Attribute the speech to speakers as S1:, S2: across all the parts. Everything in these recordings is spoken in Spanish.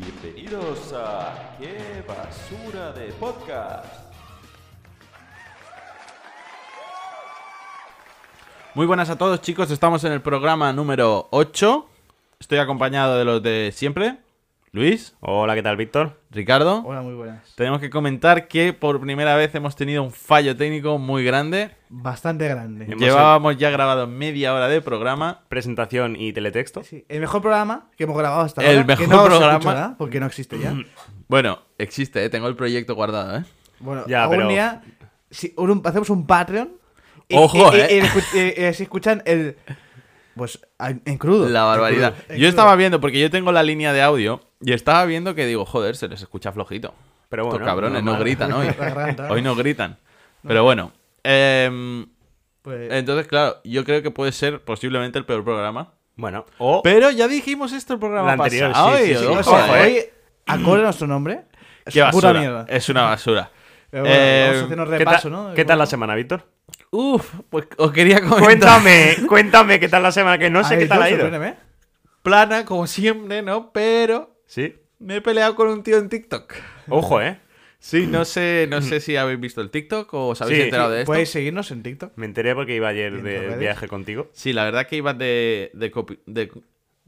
S1: Bienvenidos a Qué Basura de Podcast.
S2: Muy buenas a todos chicos, estamos en el programa número 8. Estoy acompañado de los de siempre. Luis,
S3: Hola, ¿qué tal, Víctor?
S2: Ricardo.
S4: Hola, muy buenas.
S2: Tenemos que comentar que por primera vez hemos tenido un fallo técnico muy grande.
S4: Bastante grande.
S3: Hemos-
S2: Llevábamos ya grabado media hora de programa.
S3: Presentación y teletexto.
S4: Sí, el mejor programa que hemos grabado hasta
S2: El
S4: ahora. que
S2: mejor
S4: no se
S2: programa. Mm.
S4: escuchará, porque no existe ya.
S2: Bueno, existe, ¿eh? tengo el proyecto guardado, ¿eh?
S4: Bueno,
S3: Ya,
S4: algún
S3: pero-
S4: día si un- hacemos un Patreon.
S2: Ojo, eh.
S4: escu- eh, eh, si escuchan el. Pues en en crudo.
S2: La barbaridad.
S4: En crudo, en
S2: Yo
S4: crudo.
S2: estaba viendo, porque yo tengo la línea de audio, y estaba viendo que digo, joder, se les escucha flojito.
S3: Pero bueno,
S2: Estos cabrones no
S3: normal.
S2: gritan hoy.
S4: La garganta.
S2: Hoy no gritan. Pero bueno. em,
S4: Pues,
S2: Entonces, claro, yo creo que puede ser posiblemente el peor programa.
S3: Bueno, o
S2: Pero ya dijimos esto el programa
S3: El anterior,
S2: pasado,
S3: sí,
S2: y
S3: sí, sí,
S2: ojo,
S4: o
S2: eh.
S4: sea, hoy, acorde a nuestro nombre. Es
S2: Qué
S4: una
S2: basura.
S4: pura mierda.
S2: Es una basura.
S4: Pero bueno, vamos
S2: Eh,
S4: a hacer un
S3: ¿qué,
S4: repaso,
S3: tal-
S4: ¿no?
S3: qué tal la semana, Víctor?
S2: Uf, pues os quería comentar.
S3: Cuéntame, cuéntame qué tal la semana, que no sé
S4: Ay,
S3: qué tal ha ido.
S4: Ah, sorpréndeme.
S2: Plana, como siempre, ¿no? Pero
S3: Sí.
S2: me he peleado con un tío en TikTok.
S3: Ojo, ¿eh?
S2: Sí, no sé, no sé si habéis visto el TikTok o os habéis
S3: Mm. Sí. pues-
S2: enterado de esto.
S4: Podéis seguirnos en TikTok.
S3: Me enteré porque iba ayer
S4: ¿En
S3: de
S4: redes?
S3: viaje contigo.
S2: Sí, la verdad que ibas de. de, copi- de-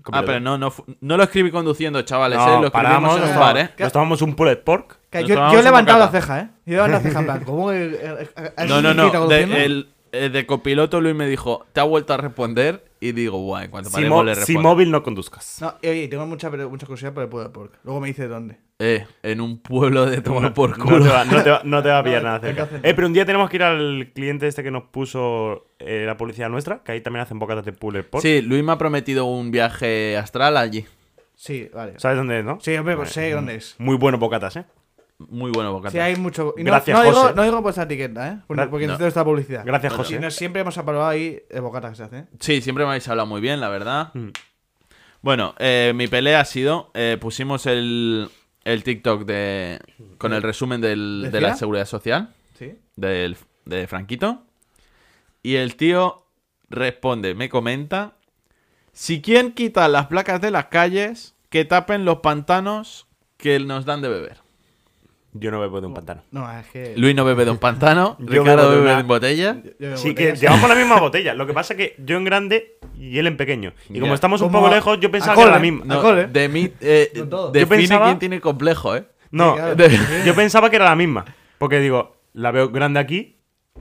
S2: Ah,
S3: Copiloto.
S2: pero no, no, fu- no lo escribí conduciendo, chavales, ¿eh?
S3: No,
S2: Lo escribimos
S3: paramos,
S2: en
S3: nos,
S2: un
S3: tomamos-
S2: bar, ¿eh?
S3: nos tomamos un pulled pork.
S4: Que
S2: Nos
S4: Yo,
S2: tomamos
S4: yo he
S2: un
S4: levantado la
S2: bocata.
S4: ceja, ¿eh? Yo he levantado la ceja en plan. ¿Cómo que- eh, eh, eh,
S2: No, no, no.
S4: ¿estás
S2: De,
S4: conduciendo?
S2: el, eh, de copiloto Luis me dijo, te ha vuelto a responder. Y digo, guay, en cuanto
S3: Si,
S2: paremos
S3: mo-
S2: le
S3: si
S2: respondo.
S3: móvil no conduzcas.
S4: No, y oye, tengo mucha, pero mucha curiosidad por el pueblo de pork. Luego me dice dónde.
S2: Eh, en un pueblo de tomar por
S3: No
S2: culo.
S3: te va, no te va- no te va a pillar nada
S4: hay que
S3: cerca.
S4: hacer-
S3: Eh, pero un día tenemos que ir al cliente este que nos puso eh, la publicidad nuestra, que ahí también hacen bocatas de pulled pork.
S2: sí, Luis me ha prometido un viaje astral allí.
S4: Sí, vale.
S3: ¿Sabes dónde es, no?
S4: sí, hombre, pues sé dónde es.
S3: Muy buenos bocatas, ¿eh?
S2: Muy bueno, bocata.
S4: Sí, hay mucho. y no,
S3: Gracias,
S4: no, digo,
S3: José.
S4: no digo por esta etiqueta, ¿eh? Porque,
S3: Gra-
S4: porque
S2: no.
S4: necesito esta publicidad.
S3: Gracias,
S4: Si
S3: José.
S4: no, siempre hemos aprobado ahí el bocata que se hace. ¿eh?
S2: Sí, siempre me habéis hablado muy bien, la verdad.
S3: Mm.
S2: Bueno, eh, mi pelea ha sido, eh, pusimos el, el TikTok de, con el resumen del-
S4: ¿De
S2: de la
S4: Cira?
S2: seguridad social.
S4: Sí.
S2: del, de Franquito. Y el tío responde, me comenta, si quien quita las placas de las calles, que tapen los pantanos que nos dan de beber.
S3: Yo no bebo de un pantano.
S4: No, es que.
S2: Luis no bebe de un pantano,
S3: Yo
S2: Ricardo
S3: bebo de
S2: bebe
S3: una-
S2: de botella.
S4: yo me
S3: Sí, que
S4: botellas.
S3: llevamos la misma botella. Lo que pasa que yo en grande y él en pequeño. Y como
S2: Ya.
S3: estamos un
S4: Como
S3: poco
S4: a-
S3: lejos, yo pensaba
S4: a
S3: que era
S4: cole.
S3: la misma.
S2: No,
S4: Alcohol, ¿eh?
S2: de mí, eh,
S4: Con todo.
S2: define
S3: Yo pensaba-
S2: quién tiene complejo, ¿eh?
S3: No,
S4: claro.
S2: De-
S3: yo pensaba que era la misma. Porque digo, la veo grande aquí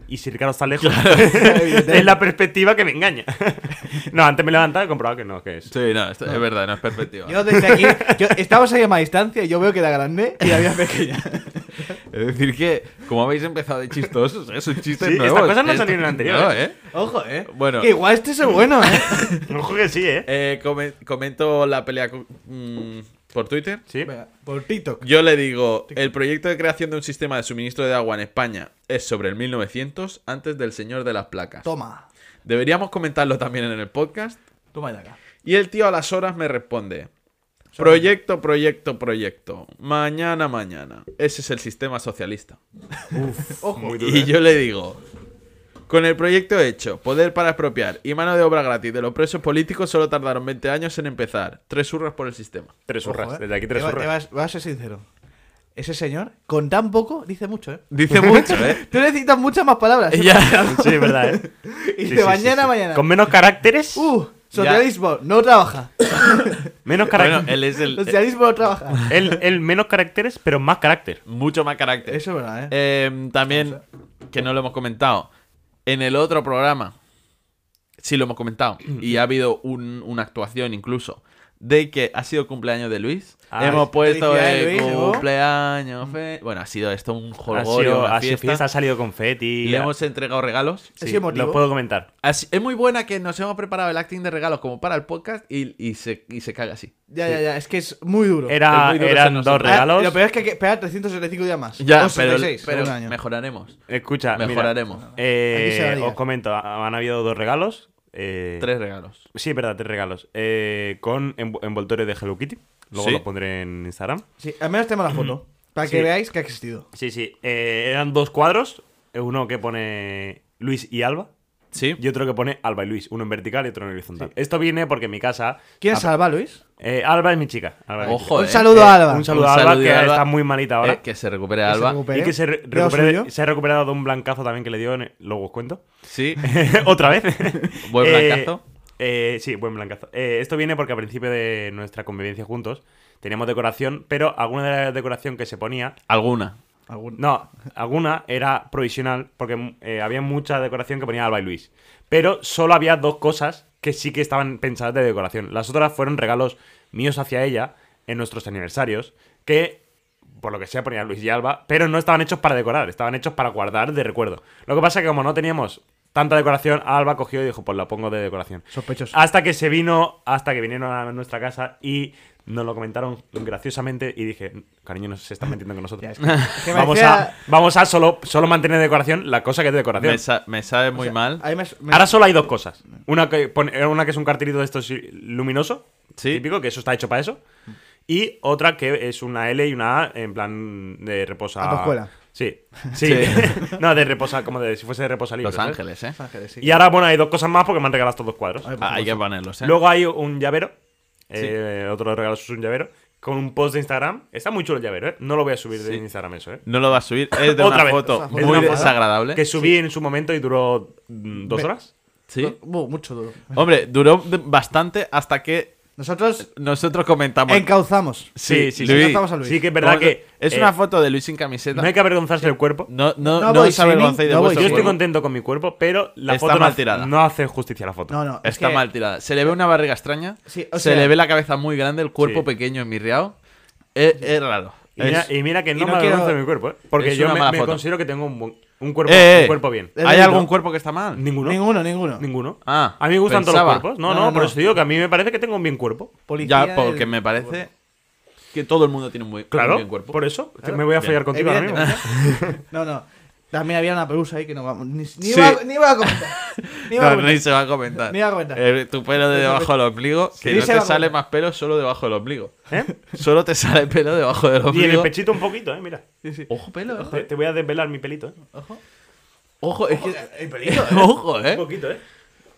S3: y si Ricardo está lejos, es la perspectiva que me engaña. no, antes me levantaba y comprobaba que no, que es.
S2: Sí, no, esto es verdad, no es perspectiva.
S4: Yo desde aquí. yo- estamos ahí a más distancia y yo veo que era grande y la vida es pequeña.
S2: Es decir que, como habéis empezado de chistosos, ¿eh? son chistes
S3: Sí, estas
S2: nuevos.
S3: cosas no
S2: Esto-
S3: salieron en el anterior,
S2: No,
S3: ¿eh?
S2: ¿eh?
S4: Ojo, ¿eh?
S2: Bueno.
S4: Que igual este es el bueno, ¿eh?
S3: Ojo que sí, ¿eh?
S2: Eh, come- comento la pelea co- mm, por Twitter.
S3: Sí.
S4: Venga, Por TikTok.
S2: Yo le digo, el proyecto de creación de un sistema de suministro de agua en España es sobre el 1900, antes del señor de las placas.
S4: Toma.
S2: Deberíamos comentarlo también en el podcast.
S4: Toma ya acá.
S2: Y el tío a las horas me responde, proyecto, proyecto, proyecto, mañana, mañana. Ese es el sistema socialista.
S4: Ojo.
S3: Muy duro.
S2: Y yo le digo, con el proyecto hecho, poder para expropiar y mano de obra gratis de los presos políticos solo tardaron 20 años en empezar. Tres hurras por el sistema.
S3: Tres
S4: Ojo,
S3: hurras.
S4: ¿eh?
S3: Desde aquí tres
S4: Te va- te
S3: hurras.
S4: vas, vas a ser sincero. Ese señor, con tan poco, dice mucho, ¿eh?
S2: Dice mucho, ¿eh?
S4: Tú necesitas muchas más palabras. ¿eh?
S2: Ya.
S3: Sí, es verdad, ¿eh?
S4: Y
S3: Sí,
S4: de
S3: sí, sí, sí.
S4: mañana a mañana.
S3: Con menos caracteres.
S4: Uh, socialismo no trabaja.
S2: Bueno,
S3: menos caracteres.
S2: él es el... eh,
S4: Socialismo no trabaja.
S3: él, él menos caracteres, pero más carácter.
S2: mucho más carácter.
S4: Eso es verdad, ¿eh?
S2: Eh, también, que no lo hemos comentado, en el otro programa, sí lo hemos comentado, y ha habido un- una actuación incluso, de que ha sido cumpleaños de Luis.
S3: Ah,
S2: hemos puesto
S4: felicidades,
S2: el
S4: Luis, ¿no?
S2: cumpleaños. fe- Bueno, ha sido esto un
S3: Ha
S2: jolgorio,
S3: sido,
S2: una
S3: ha sido
S2: fiesta.
S3: fiesta, ha salido confeti.
S2: y le hemos entregado regalos.
S3: Sí,
S4: Es emotivo.
S3: Lo puedo comentar.
S2: Así- es muy buena que nos hemos preparado el acting de regalos como para el podcast y, y se, y se caga así.
S4: Ya, ya, ya. Es que es muy duro.
S3: Era,
S2: Es muy duro ser
S3: eran dos
S2: nosotros.
S3: regalos.
S4: Ah, lo peor es que hay que esperar 365 días más.
S2: Ya,
S4: O
S2: pero,
S4: 66,
S2: pero
S4: un año.
S2: mejoraremos. Ah,
S3: Escucha, mira,
S2: Mejoraremos.
S3: eh,
S4: Aquí se va a liar.
S3: os comento, ha- han habido dos regalos. eh,
S2: Tres regalos.
S3: Sí, es verdad, tres regalos. Eh, con env- envoltorio de Hello Kitty. Luego
S2: Sí.
S3: lo pondré en Instagram.
S4: Sí, al menos tenemos la foto. Para que
S3: Mm. Sí.
S4: veáis que ha existido.
S3: Sí, sí. eh, eran dos cuadros. eh, Uno que pone Luis y Alba.
S2: Sí.
S3: y otro que pone Alba y Luis, uno en vertical y otro en horizontal. Esto viene porque en mi casa.
S4: ¿Quién es
S3: Ah,
S4: Alba, Luis?
S3: eh, Alba es mi chica. Alba es mi
S2: Ojo,
S3: chica.
S2: eh,
S4: Un saludo
S2: eh,
S4: a Alba.
S3: Un saludo a Alba, que está muy malita ahora.
S2: Eh, que se recupere
S4: se
S2: Alba.
S4: recupere.
S3: Y que se, re-
S4: ¿Veo
S3: recupere-
S4: suyo?
S3: se ha recuperado de un blancazo también que le dio, en el- luego os cuento.
S2: Sí.
S3: Otra vez.
S2: Buen
S3: Eh,
S2: blancazo.
S3: eh, sí, buen blancazo. Eh, esto viene porque al principio de nuestra convivencia juntos teníamos decoración, pero alguna de la decoración que se ponía
S2: Alguna.
S4: Algún-
S3: no, alguna era provisional porque eh, había mucha decoración que ponía Alba y Luis. Pero solo había dos cosas que sí que estaban pensadas de decoración. Las otras fueron regalos míos hacia ella en nuestros aniversarios que, por lo que sea, ponían Luis y Alba, pero no estaban hechos para decorar, estaban hechos para guardar de recuerdo. Lo que pasa es que como no teníamos tanta decoración, Alba cogió y dijo, pues la pongo de decoración.
S4: Sospechoso.
S3: Hasta que se vino, hasta que vinieron a nuestra casa y nos lo comentaron graciosamente y dije, cariño, nos se están metiendo con nosotros.
S4: Ya, es que- es que me
S3: vamos,
S4: decía-
S3: a, vamos a solo, solo mantener decoración la cosa que es de decoración.
S2: Me, sa- me sabe muy mal.
S4: Ahí me- me-
S3: Ahora solo hay dos cosas. Una que, pone- una que es un cartelito de estos luminoso,
S2: Sí.
S3: típico, que eso está hecho para eso. Y otra que es una L y una A en plan de reposa.
S4: Autoescuela.
S3: Sí. Sí. no, de reposa, como de si fuese de reposa libre.
S2: Los Ángeles, ¿eh?
S4: Ángeles, sí.
S3: Y ahora, bueno, hay dos cosas más porque me han regalado estos dos cuadros.
S4: Ay, pues,
S2: Ah, hay que ponerlos, ¿eh?
S3: Luego hay un llavero. eh, otro regalo es un llavero. Con un post de Instagram. Está muy chulo el llavero, ¿eh? No lo voy a subir de Instagram eso, ¿eh?
S2: No lo va a subir. Es de
S3: Otra
S2: una
S3: vez.
S2: foto
S3: Es de
S2: muy
S3: una foto
S2: desagradable.
S3: Que subí en su momento y duró mm, dos
S4: Ve-
S3: horas.
S2: Sí.
S4: Uh, mucho duro.
S2: Hombre, duró de- bastante hasta que
S4: Nosotros
S2: nosotros comentamos.
S4: encauzamos.
S3: Sí, sí, sí.
S2: Luis.
S4: Estamos a Luis.
S3: Sí que es verdad
S2: Vamos a-
S3: que...
S2: Es
S3: eh,
S2: una foto de Luis sin camiseta.
S3: No hay que avergonzarse del cuerpo.
S2: No, no,
S4: No
S2: no,
S4: voy
S2: os avergoncéis
S4: shaming,
S2: de
S4: no voy
S2: vuestro
S3: Yo estoy
S2: cuerpo.
S3: contento con mi cuerpo, pero la
S2: Está
S3: foto no,
S2: mal
S3: hace-
S2: tirada.
S3: no hace justicia a la foto.
S4: No, no. es
S2: Está
S4: que-
S2: mal tirada. Se le ve una barriga extraña.
S4: Sí, o
S2: se
S4: sea-
S2: le ve la cabeza muy grande, el cuerpo
S3: Sí.
S2: pequeño enmirriado. Es, es raro.
S3: Y, mira,
S2: Es-
S3: y mira que
S4: y
S3: no,
S4: no
S3: me avergonzo
S4: quiero-
S3: de mi cuerpo, ¿eh? Porque
S2: Es
S3: yo
S2: una
S3: me,
S2: mala
S3: me
S2: foto.
S3: considero que tengo un, buen- un cuerpo,
S2: Eh,
S3: un
S2: eh,
S3: cuerpo bien.
S4: Es
S2: ¿Hay
S4: delito.
S2: algún cuerpo que está mal?
S3: ¿Ninguno?
S4: Ninguno, ninguno.
S3: Ninguno.
S2: Ah,
S3: a mí me gustan todos
S2: pensaba.
S3: los cuerpos. No,
S4: No,
S3: no,
S4: no,
S3: por
S4: no.
S3: eso te digo que a mí me parece que tengo un bien cuerpo.
S4: Policía
S2: ya, porque
S4: del-
S2: me parece que todo el mundo tiene un buen, un
S3: Claro,
S2: buen cuerpo.
S3: por eso te- me voy a fallar contigo ahora mismo.
S4: Evidente. No, no. También había una pelusa ahí que no vamos. Ni, ni,
S2: Sí.
S4: iba, ni iba a comentar. Ni iba a
S2: No,
S4: comentar.
S2: ni se va a comentar.
S4: Ni va a comentar.
S2: Eh, tu pelo de debajo del ombligo, que
S4: Ni
S2: no
S4: se va
S2: te
S4: a
S2: sale
S4: comentar.
S2: más pelo solo debajo del ombligo.
S3: ¿Eh?
S2: Solo te sale pelo debajo del
S3: Y en
S2: ombligo.
S3: el pechito un poquito, ¿eh? Mira.
S2: Ojo, pelo, ojo.
S3: Te, te voy a desvelar mi pelito, ¿eh?
S2: Ojo, es que.
S4: El pelito, ¿eh?
S2: Ojo, eh.
S3: Un poquito, ¿eh?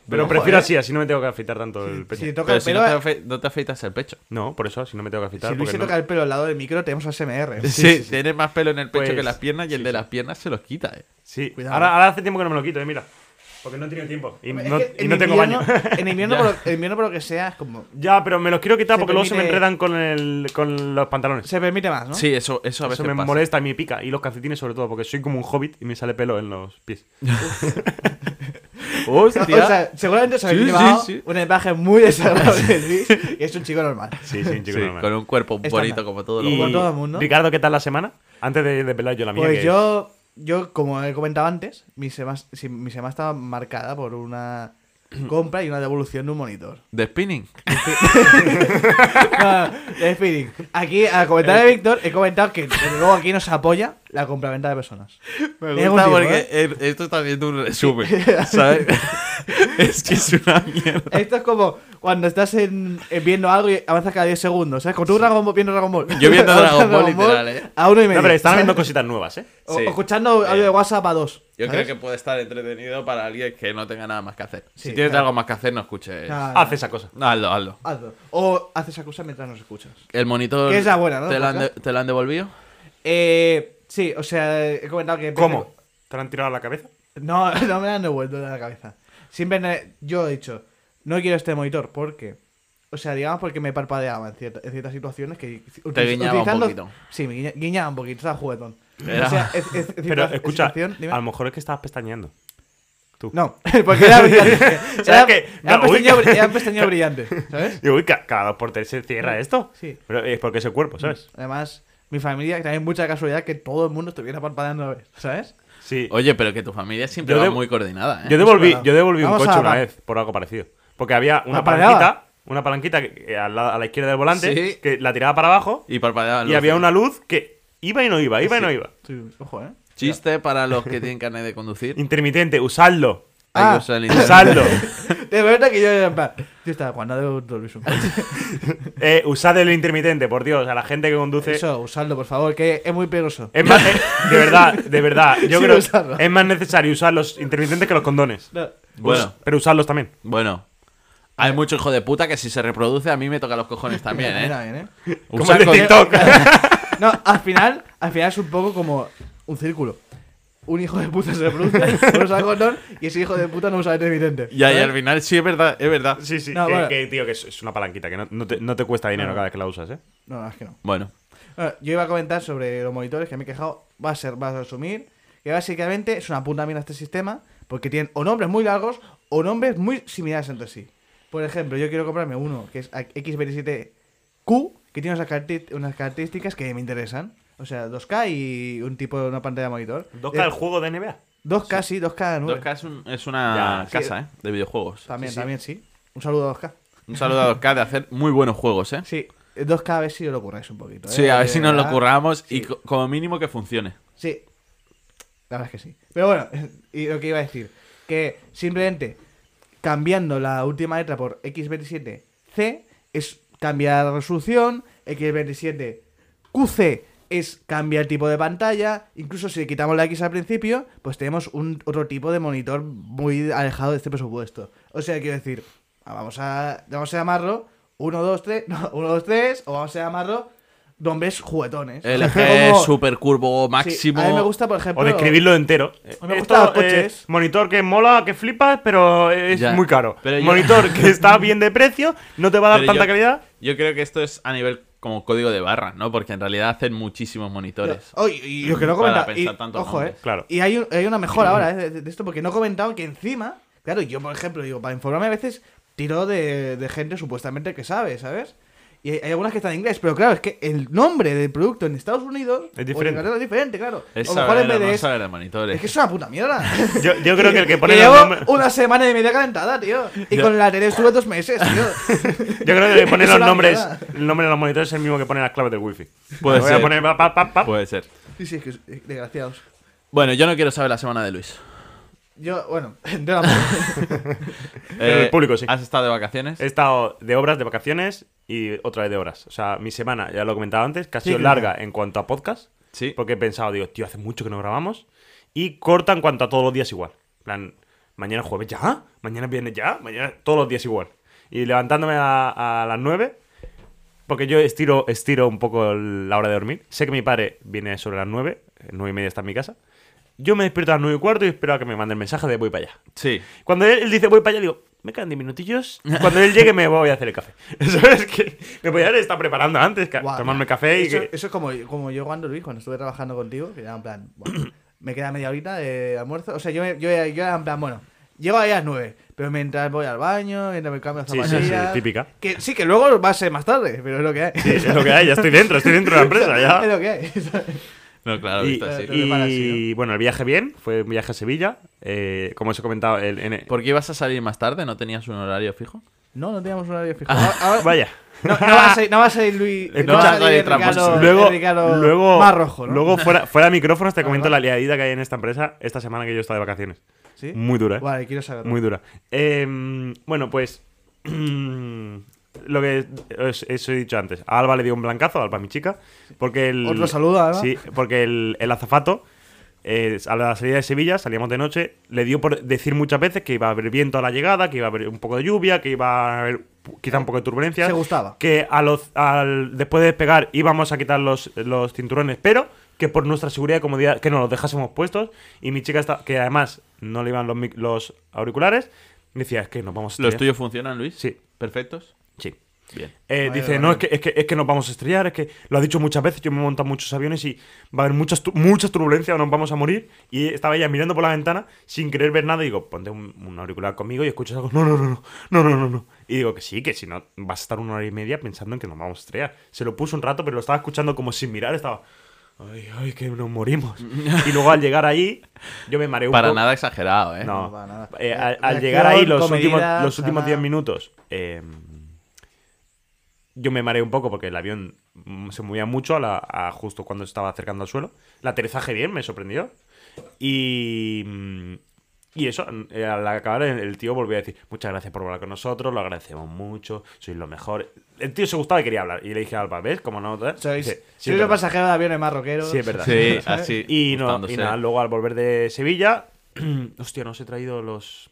S3: Pero
S4: Ojo,
S3: prefiero
S4: ¿eh?
S3: así, así no me tengo que afeitar tanto el pecho.
S4: Si le toca
S2: Pero
S4: el
S2: si
S4: pelo.
S2: no te,
S4: a-
S2: afe- no te afeitas el pecho.
S3: No, por eso, si no me tengo que afeitar.
S4: si Luis
S3: porque
S4: se
S3: no-
S4: toca el pelo al lado del micro, tenemos a SMR.
S2: Sí, tienes más pelo en el pecho
S3: Pues,
S2: que en las piernas y el de las piernas se los quita, eh.
S3: Sí,
S4: Cuidado.
S3: ahora, ahora hace tiempo que no me lo quito, eh, mira. Porque no he tenido tiempo. Y
S4: Es
S3: no,
S4: que
S3: y
S4: en
S3: no tengo
S4: invierno-
S3: baño.
S4: En invierno,
S2: Ya.
S4: por lo, en invierno, por lo que sea, es como.
S3: ya, pero me los quiero quitar
S4: Se
S3: porque luego se me
S4: permite-
S3: enredan con, el, con los pantalones.
S4: Se permite más, ¿no?
S2: Sí, eso, eso a veces
S3: Eso me
S2: pasa.
S3: molesta y me pica. Y los calcetines sobre todo, porque soy como un hobbit y me sale pelo en los pies.
S4: O
S2: Hostia.
S4: sea, seguramente se
S2: Sí,
S4: habéis
S2: sí,
S4: llevado
S2: sí.
S4: una imagen muy desagradable de Luis, y es un chico normal.
S3: Sí, sí, un chico
S2: Sí,
S3: normal.
S2: con un cuerpo
S4: Estándar.
S2: bonito como todos los
S3: Y,
S4: Como todo el mundo.
S3: Ricardo, ¿qué tal la semana? Antes de desvelar yo la mía.
S4: Pues
S3: que-
S4: yo, yo, como he comentado antes, mi semana, mi semana estaba marcada por una compra y una devolución de un monitor.
S2: de spinning.
S4: No, no, de Spirit. Aquí, al comentar
S2: Eh.
S4: de Víctor, he comentado que desde luego aquí nos apoya la compraventa de personas.
S2: Me
S4: De
S2: gusta
S4: algún tipo,
S2: porque
S4: ¿eh?
S2: eh, esto está viendo un resumen, ¿sabes? es que es una mierda.
S4: Esto es como cuando estás en, en viendo algo y avanzas cada 10 segundos, ¿sabes? Como tú Dragon Ball, viendo Dragon Ball.
S2: Yo viendo
S4: Avanzas
S2: Dragon Ball, literal, ¿eh?
S4: A uno y medio.
S3: No, pero están
S4: ¿sabes?
S3: viendo cositas nuevas, ¿eh?
S4: O-
S2: Sí.
S4: o escuchando audio de WhatsApp a dos.
S2: Yo
S4: ¿sabes?
S2: creo que puede estar entretenido para alguien que no tenga nada más que hacer.
S4: Sí,
S2: si tienes
S4: claro.
S2: algo más que hacer, no escuches.
S4: Claro.
S3: Hace esa cosa.
S2: Hazlo, hazlo.
S4: Hazlo. O haces esa cosa mientras nos escuchas.
S2: El monitor.
S4: Que es la buena, ¿no?
S2: ¿Te lo han, de- te lo han devolvido?
S4: Eh, sí, o sea, he comentado que.
S3: ¿Cómo? ¿Te lo han tirado a la cabeza?
S4: No, no me la han devuelto de la cabeza. Siempre me- yo he dicho, no quiero este monitor porque, o sea, digamos porque me parpadeaba en, cierta- en ciertas situaciones que...
S2: Te guiñaba un
S4: utilizando-
S2: poquito.
S4: Sí, me guiña- guiñaba un poquito, estaba juguetón.
S2: Era-
S4: O sea, es- es- es-
S3: Pero
S4: es-
S3: escucha,
S4: situación- dime.
S3: a lo mejor es que estabas pestañeando. Tú.
S4: No, porque era brillante. era,
S3: qué?
S4: era
S3: No,
S4: un pestañeo
S3: uy.
S4: bri- era un pestañeo brillante, ¿sabes?
S3: Digo, uy, ca- cada dos por tres se cierra esto.
S4: Sí.
S3: Pero es porque es el cuerpo, ¿sabes?
S4: Además, mi familia, que también mucha casualidad que todo el mundo estuviera parpadeando a la vez, ¿sabes?
S3: Sí.
S2: Oye, pero que tu familia siempre
S3: Yo
S2: va
S3: de-
S2: muy coordinada, ¿eh?
S3: Yo devolví,
S4: verdad.
S3: yo devolví un
S4: Vamos
S3: coche
S4: a-
S3: una vez por algo parecido. Porque había una
S4: Ah, parada.
S3: palanquita, una palanquita que- que a, la, a la izquierda del volante
S2: Sí.
S3: que la tiraba para abajo y,
S2: Y parpadeaba. luces.
S3: había una luz que iba y no iba, iba y no iba.
S4: Sí, Ojo, ¿eh?
S2: Chiste para los que tienen carnet de conducir.
S3: Intermitente, usadlo.
S2: Hay
S4: Ah.
S2: que usar el internet.
S3: Usadlo.
S4: De verdad que yo era en plan. Yo estaba cuando debo conducir un coche.
S3: Eh, usad el intermitente, por Dios, a la gente que conduce.
S4: Eso, usadlo, por favor, que es muy peligroso.
S3: Es más, eh, de verdad, de verdad. Yo
S4: Sí,
S3: creo
S4: usarlo.
S3: es más necesario usar los intermitentes que los condones.
S4: No.
S2: Bueno.
S3: Pero usarlos también.
S2: Bueno. Hay mucho hijo de puta que si se reproduce a mí me toca los cojones también,
S4: Mira,
S2: ¿eh?
S4: mira, bien, ¿eh?
S3: Como
S2: Usar
S3: el de Ah,
S2: con-
S3: TikTok.
S4: No, al final, al final es un poco como un círculo. Un hijo de puta se reproduce, no usa condón, y ese hijo de puta no usa intermitente.
S2: Ya, y
S4: ¿sabes?
S2: al final sí es verdad, es verdad.
S3: Sí, sí.
S4: No,
S3: que,
S4: bueno.
S3: que, tío, que es, es una palanquita, que no, no te, no te cuesta dinero cada vez que la usas, ¿eh?
S4: No, no, es que no.
S2: Bueno.
S4: Bueno, yo iba a comentar sobre los monitores que me he quejado. Va a ser, vas a asumir que básicamente es una puta mierda este sistema porque tienen o nombres muy largos o nombres muy similares entre sí. Por ejemplo, yo quiero comprarme uno que es X27Q que tiene unas, caracteri- unas características que me interesan. O sea, 2K y un tipo de una pantalla de monitor.
S3: ¿2K
S4: Eh,
S3: el juego de NBA?
S4: 2K, sí, 2K 9.
S2: 2K es, un- es una
S3: Ya, sí.
S2: casa, ¿eh? De videojuegos.
S4: También, también, sí. Un saludo a 2K.
S2: Un saludo a 2K de hacer muy buenos juegos, ¿eh?
S4: Sí, 2K a ver si os lo curráis un poquito. ¿eh?
S2: Sí, a ver si nos lo
S4: Ah,
S2: curramos y co- como mínimo que funcione.
S4: Sí, la verdad es que sí. Pero bueno, y lo que iba a decir, que simplemente cambiando la última letra por X27C es cambiar la resolución, X27QC es cambiar el tipo de pantalla, incluso si le quitamos la X al principio, pues tenemos un otro tipo de monitor muy alejado de este presupuesto. O sea, quiero decir, ah, vamos a, vamos a llamarlo 1, 2, 3, no, 1, 2, 3, o vamos a llamarlo nombres juguetones.
S2: LG,
S4: Como-
S2: super curvo
S4: Sí,
S2: máximo.
S4: a mí me gusta, por ejemplo.
S3: O describirlo entero.
S4: me gustan los coches.
S3: eh, monitor que mola, que flipas, pero es
S2: Ya.
S3: muy caro.
S2: Pero yo-
S3: Monitor que está bien de precio, no te va a dar
S2: Pero
S3: tanta
S2: yo-
S3: calidad.
S2: Yo creo que esto es a nivel como código de barra, ¿no? Porque en realidad hacen muchísimos monitores.
S4: Oh, y- y lo que no he
S2: Para
S4: comentado.
S2: pensar
S4: y-
S2: tantos
S4: ojo,
S2: nombres.
S4: eh.
S3: Claro.
S4: Y hay, un- hay una mejora ahora eh, de, de- de esto, porque no he comentado que encima. Claro, yo, por ejemplo, digo, para informarme a veces tiro de, de gente supuestamente que sabe, ¿sabes? Y hay, hay algunas que están en inglés, pero claro, es que el nombre del producto en Estados Unidos. o en
S3: diferente.
S4: Inglaterra es diferente, claro.
S2: Es
S4: O mejor en
S2: saber,
S4: vez de
S2: no
S4: es-
S2: saber de monitores.
S4: Es que es una puta mierda.
S3: Yo, yo creo que el que pone los
S4: llevo
S3: nombres-
S4: una semana y media calentada, tío. Y con la tele estuve dos meses, tío.
S3: Yo creo que poner
S4: Es
S3: los
S4: una
S3: nombres,
S4: mierda.
S3: el nombre de los monitores es el mismo que pone las claves del wifi.
S2: Puede
S3: Le voy
S2: ser.
S3: a poner pa, pa, pa, pa.
S2: Puede ser.
S4: sí, sí, es que es- eh, desgraciados.
S2: Bueno, yo no quiero saber la semana de Luis.
S4: Yo, bueno, de la
S3: Pero el público sí.
S2: Eh, ¿Has estado de vacaciones?
S3: He estado de obras, de vacaciones y otra vez de obras. O sea, mi semana, ya lo he comentado antes, que ha
S4: Sí,
S3: sido
S4: que-
S3: larga en cuanto a podcast.
S2: Sí.
S3: Porque he pensado, digo, tío, hace mucho que no grabamos. Y corta en cuanto a todos los días igual. En plan, mañana jueves ya, mañana viernes ya, mañana todos los días igual. Y levantándome a, a las 9, porque yo estiro, estiro un poco el- la hora de dormir. Sé que mi padre viene sobre las 9, 9 y media está en mi casa. Yo me despierto a las 9 y cuarto y espero a que me mande el mensaje de voy para allá.
S2: Sí.
S3: Cuando él, él dice voy para allá, digo, me quedan 10 minutillos. Cuando él llegue me voy a hacer el café. ¿Sabes? Que me podía haber estado preparando antes, ca-
S4: Guau,
S3: tomarme
S4: mira,
S3: café y
S4: eso,
S3: que...
S4: eso es como, como yo cuando Luis, cuando estuve trabajando contigo, que era en plan, bueno, me queda media horita de almuerzo. O sea, yo, me- yo, era- yo era en plan, bueno, llego ahí a las 9, pero mientras voy al baño, mientras me cambio las
S3: Sí, sí, sí,
S4: zapatillas.
S3: típica.
S4: Que, sí, que luego va a ser más tarde, pero es lo que hay.
S3: Sí, es lo que hay, ya estoy dentro, estoy dentro de la empresa,
S4: es
S3: ya.
S4: lo que hay. ¿sabes?
S2: No, claro,
S3: Y, eh,
S2: visto así.
S4: Te preparas, sí,
S3: y, bueno, el viaje bien, fue un viaje a Sevilla. eh, como os he comentado, el, en-
S2: ¿Por qué ibas a salir más tarde? ¿No tenías un horario fijo?
S4: no, no teníamos un horario fijo. Ahora- ahora-
S3: Ah, Vaya.
S4: Pues
S3: Pues
S4: No, no va a salir, no va a salir Luis.
S2: Escucha,
S4: no va a salir
S2: Javi
S4: el
S2: Ramos.
S4: Ricardo, el
S3: luego,
S4: Ricardo
S3: luego,
S4: más rojo, ¿no?
S3: luego fuera, fuera de micrófonos te
S4: Ah,
S3: comento la
S4: vale.
S3: liadita que hay en esta empresa esta semana que yo he estado de vacaciones.
S4: ¿Sí?
S3: Muy dura, ¿eh?
S4: Vale, quiero saberlo.
S3: Muy dura. Eh, bueno, pues. lo que os, os he dicho antes. A Alba le dio un blancazo, a Alba, mi chica. Porque el.
S4: Otro saludo a Alba.
S3: Sí, porque el, el azafato. eh, a la salida de Sevilla, salíamos de noche, le dio por decir muchas veces que iba a haber viento a la llegada, que iba a haber un poco de lluvia, que iba a haber pu- quizá un poco de turbulencia.
S4: Se gustaba.
S3: Que a los, al, después de despegar íbamos a quitar los, los cinturones, pero que por nuestra seguridad y comodidad que nos los dejásemos puestos. Y mi chica, está, que además no le iban los, mic- los auriculares, me decía, es que nos vamos a
S2: ¿Los
S3: estrellar".
S2: tuyos funcionan, Luis?
S3: Sí.
S2: ¿Perfectos?
S3: Sí.
S2: Bien.
S3: Eh,
S4: Vale,
S3: dice,
S4: vale.
S3: no, es que, es, que, es que nos vamos a estrellar, es que lo ha dicho muchas veces, yo me he montado muchos aviones y va a haber muchas, tu- muchas turbulencias o nos vamos a morir. Y estaba ella mirando por la ventana sin querer ver nada y digo, ponte un, un auricular conmigo y escuchas algo, no, no, no, no, no, no, no, no. Y digo que sí, que si no, vas a estar una hora y media pensando en que nos vamos a estrellar. Se lo puso un rato, pero lo estaba escuchando como sin mirar, estaba... Ay, ay, que nos morimos. Y luego al llegar ahí, yo me mareé un
S2: Para
S3: poco.
S2: nada exagerado, ¿eh?
S3: No,
S4: No, para nada.
S3: Eh, al, al
S4: Reacción,
S3: llegar ahí, los
S4: comedidas,
S3: últimos, los últimos
S4: sana.
S3: 10 minutos, eh, yo me mareé un poco porque el avión mm, se movía mucho a la- a justo cuando estaba acercando al suelo. El aterrizaje bien, me sorprendió. Y mm, Y eso, eh, al acabar, el, el tío volvió a decir, muchas gracias por hablar con nosotros, lo agradecemos mucho, sois lo mejor. El tío se gustaba y quería hablar. Y le dije a Alba, ¿ves? Como no... tal?".
S4: Sois,
S3: Dice, "Sí, es
S4: sois los
S3: verdad".
S4: pasajeros de aviones más rockeros.
S3: Sí, es verdad.
S2: Sí, así.
S3: Y, no, y
S2: gustándose.
S3: nada, luego al volver de Sevilla. Hostia, no os he traído los.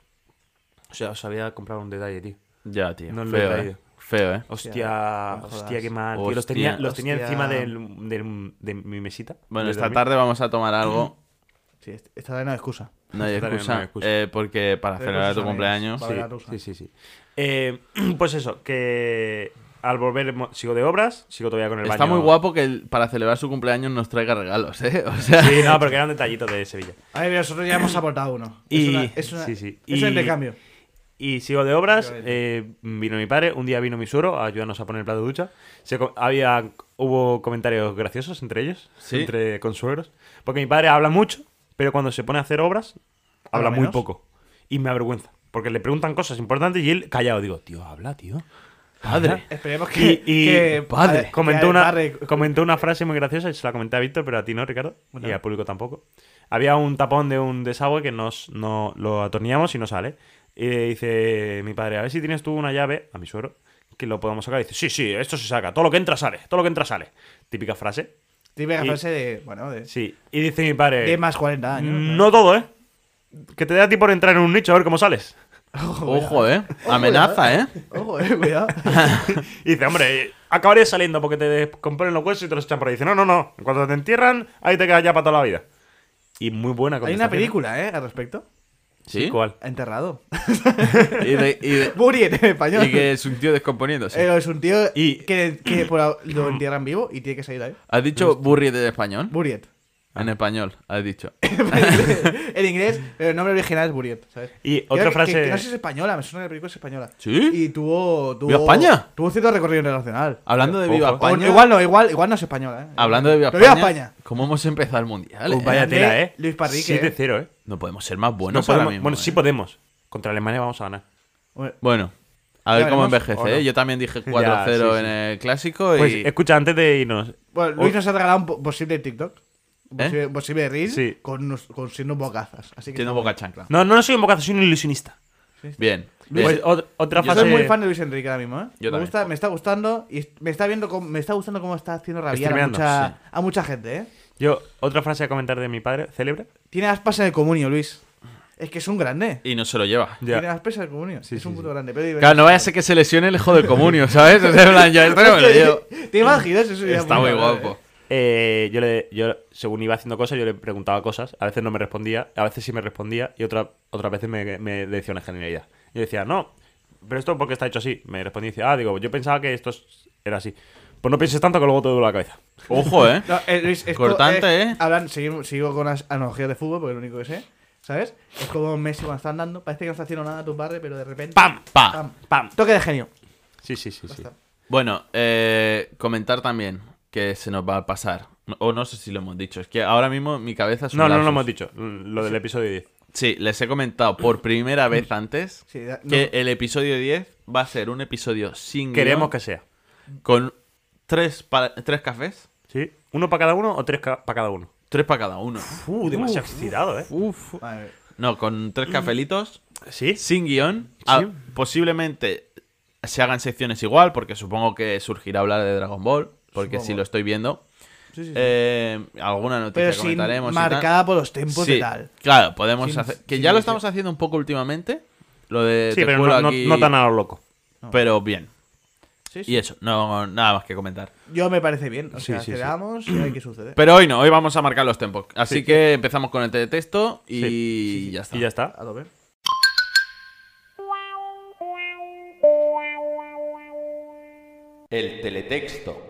S3: O sea, os había comprado un detalle, tío.
S2: Ya, tío.
S3: No lo he
S2: feo, eh.
S3: traído.
S2: Feo, eh.
S3: Hostia,
S4: no jodas.
S3: hostia, qué mal. tío. Los tenía, los tenía
S4: Hostia.
S3: encima del, del- de mi mesita.
S2: Bueno,
S3: de
S2: esta
S3: dormir.
S2: tarde vamos a tomar algo.
S4: Sí, est- esta vez no hay excusa.
S2: No hay
S3: Esta tarde no hay
S2: excusa.
S3: excusa.
S2: eh, porque para
S4: Pero
S2: celebrar tu
S4: cosas
S2: cumpleaños.
S4: amigas. Vale, la rusa.
S3: Sí, sí, sí. sí. Eh, pues eso, que al volver mo- sigo de obras, sigo todavía con el
S2: Está
S3: baño.
S2: muy guapo que el- para celebrar su cumpleaños nos traiga regalos, eh. O sea.
S3: Sí, no, porque era un detallito de Sevilla.
S4: A ver, nosotros ya hemos aportado uno.
S3: Y-
S4: es una, es una-
S3: sí, sí.
S4: es
S3: Y-
S4: un intercambio.
S3: Y sigo de obras. eh, vino mi padre, un día vino mi suero a ayudarnos a poner el plato de ducha. Se co- había, hubo comentarios graciosos entre ellos,
S2: Sí.
S3: entre consuegros. Porque mi padre habla mucho, pero cuando se pone a hacer obras, habla
S4: Habla
S3: muy
S4: menos.
S3: poco. Y me avergüenza. Porque le preguntan cosas importantes y él callado. Digo, tío, habla, tío.
S2: Padre.
S4: Esperemos que.
S3: Y, y
S4: que-
S2: padre,
S4: a- que
S3: comentó,
S4: al
S3: una,
S4: padre-
S3: comentó una frase muy graciosa, y se la comenté a Víctor, pero a ti no, Ricardo, y al público tampoco. Había un tapón de un desagüe que nos, no, lo atornillamos y no sale. Y dice mi padre, a ver si tienes tú una llave, a mi suero, que lo podamos sacar. Y dice, sí, sí, esto se saca, todo lo que entra sale, todo lo que entra sale. Típica frase.
S4: típica
S3: y-
S4: frase de. Bueno, de.
S3: Sí. Y dice mi padre,
S4: 10 más 40 años.
S3: no todo, ¿eh? Que te da a ti por entrar en un nicho a ver cómo sales.
S2: Ojo, eh. Amenaza, eh.
S4: Ojo, eh, cuidado.
S3: Y dice, hombre, acabaré saliendo porque te descomponen los huesos y te los echan por ahí. Dice, no, no, no. En cuanto te entierran, ahí te quedas ya para toda la vida. Y muy buena
S4: Hay una
S3: contestación.
S4: película, ¿eh? Al respecto.
S2: Sí.
S3: ¿Cuál?
S4: Enterrado.
S2: Y, de- y de-
S4: Buried en español.
S2: y que es un tío descomponiéndose.
S4: Eh, es un tío
S3: Y-
S4: que, que por a- lo entierran vivo y tiene que salir ahí.
S2: ¿Has dicho burriet en español?
S4: Buried.
S2: En español, has dicho.
S4: en inglés, pero el nombre original es Buried, ¿sabes?
S3: Y
S4: Creo
S3: otra
S4: que-
S3: frase-
S4: Que, que no sé si es española, me suena que la película es española.
S2: ¿Sí?
S4: Y tuvo. tuvo
S2: ¿Viva España?
S4: Tuvo cierto recorrido internacional.
S2: Hablando de
S3: Ojo.
S2: Viva
S3: O-
S4: O-
S2: España.
S4: igual no, igual, igual no es española, ¿eh?
S2: Hablando de Viva
S4: Pero viva
S2: España.
S4: España.
S2: ¿Cómo hemos empezado el mundial?
S3: Uh,
S2: eh?
S3: vaya
S4: Grande
S3: tela, ¿eh?
S4: Luis Parrique,
S3: 7-0, ¿eh?
S2: No podemos ser más
S3: No
S2: buenos ahora
S3: podemos,
S2: mismo,
S3: bueno,
S2: eh.
S3: sí podemos. Contra Alemania vamos a ganar.
S4: Hombre,
S2: Bueno, a ver
S4: Ya
S2: cómo
S4: veremos,
S2: envejece,
S3: ¿o no?
S2: ¿eh? Yo también dije 4-0
S3: Ya, sí,
S2: en
S3: sí.
S2: el clásico y...
S3: Pues escucha, antes de irnos.
S4: Bueno, Luis nos ha regalado un po- posible TikTok. Un
S2: ¿Eh?
S4: Posible, un posible reel
S3: Sí.
S4: con, unos, con siendo bocazas. Así que
S2: Tiene boca chancla.
S3: No, no soy un bocado, soy un ilusionista.
S2: Bien. Eh, bien.
S3: Pues, ot- otra
S2: Yo
S3: frase.
S4: soy muy fan de Luis Enrique ahora mismo, ¿eh?
S2: Yo
S4: me,
S2: también.
S4: gusta, me está gustando y est- me está viendo cómo- me está gustando cómo está haciendo rabiar a
S3: Streameando,
S4: mucha,
S3: sí.
S4: a mucha gente, ¿eh?
S3: Yo, otra frase a comentar de mi padre, célebre.
S4: Tiene aspas en el comunio, Luis. Es que es un grande.
S2: Y no se lo lleva.
S3: Ya.
S4: Tiene aspas en el comunio.
S3: Sí,
S4: es
S3: sí,
S4: un
S3: sí.
S4: puto grande. Pero
S2: Claro, no vaya a ser que se lesione el hijo del comunio, ¿sabes? O sea, en plan, yo esto no me lo llevo.
S4: ¿Te imaginas? Eso sería
S2: Está muy
S4: grande,
S2: guapo.
S4: ¿eh?
S3: Eh, yo, le, yo, según iba haciendo cosas, yo le preguntaba cosas. A veces no me respondía, a veces sí me respondía y otra- otras veces me, me decía una genialidad. Yo decía, no, pero esto porque está hecho así. Me respondía y decía, ah, digo, yo pensaba que esto es- era así. Pues no pienses tanto que luego te duele la cabeza.
S2: Ojo, ¿eh?
S4: No, eh, Luis, esto
S2: Cortante,
S4: es-
S2: ¿eh?
S4: Hablan, sigo, sigo con las analogías de fútbol, porque es lo único que sé. ¿Sabes? Es como Messi cuando está andando. Parece que no está haciendo nada a tu padre, pero de repente.
S3: ¡Pam!
S2: Pa.
S4: ¡Pam!
S3: ¡Pam!
S4: Toque de genio.
S3: Sí, sí, sí. sí.
S2: Bueno, eh, comentar también que se nos va a pasar. O no sé si lo hemos dicho. Es que ahora mismo mi cabeza es un
S3: No, no, no lo
S2: lapsus.
S3: hemos dicho. Lo del episodio 10.
S2: Sí, les he comentado por primera
S3: Mm.
S2: vez antes
S4: Sí, da- no.
S2: que el episodio 10 va a ser un episodio sin
S3: Queremos
S2: guión,
S3: que sea.
S2: con tres, pa- tres cafés,
S3: ¿Sí? ¿Uno para cada uno o tres para cada uno?
S2: tres para cada uno.
S3: Uh, demasiado excitado, ¿eh?
S2: Uf.
S4: Madre mía.
S2: No, con tres cafelitos,
S3: Sí.
S2: sin guión. Ah,
S3: Mm. Sí.
S2: posiblemente se hagan secciones igual, porque supongo que surgirá hablar de Dragon Ball, porque si
S4: Supongo.
S2: lo estoy viendo.
S4: Sí, sí, sí.
S2: Eh, alguna noticia
S4: pero sin
S2: comentaremos. y tal.
S4: marcada por los tiempos
S2: Sí,
S4: y tal.
S2: Claro, podemos
S4: Sin-
S2: hacer. Que
S4: sin
S2: ya lo
S4: edición.
S2: estamos haciendo un poco últimamente. Lo de.
S3: Sí,
S2: te
S3: pero
S2: cuelo
S3: no, no-
S2: aquí,
S3: no tan a lo loco.
S2: Pero bien.
S4: Sí, sí.
S2: Y eso, no, nada más que comentar.
S4: Yo me parece bien. O
S3: Sí,
S4: sea,
S3: sí, sí.
S4: quedamos y a ver qué sucede.
S2: Pero hoy no, hoy vamos a marcar los tiempos. Así
S3: Sí, sí.
S2: que empezamos con el texto y
S3: Sí, sí, sí.
S2: ya está.
S3: Y ya está.
S4: A lo ver.
S1: El teletexto.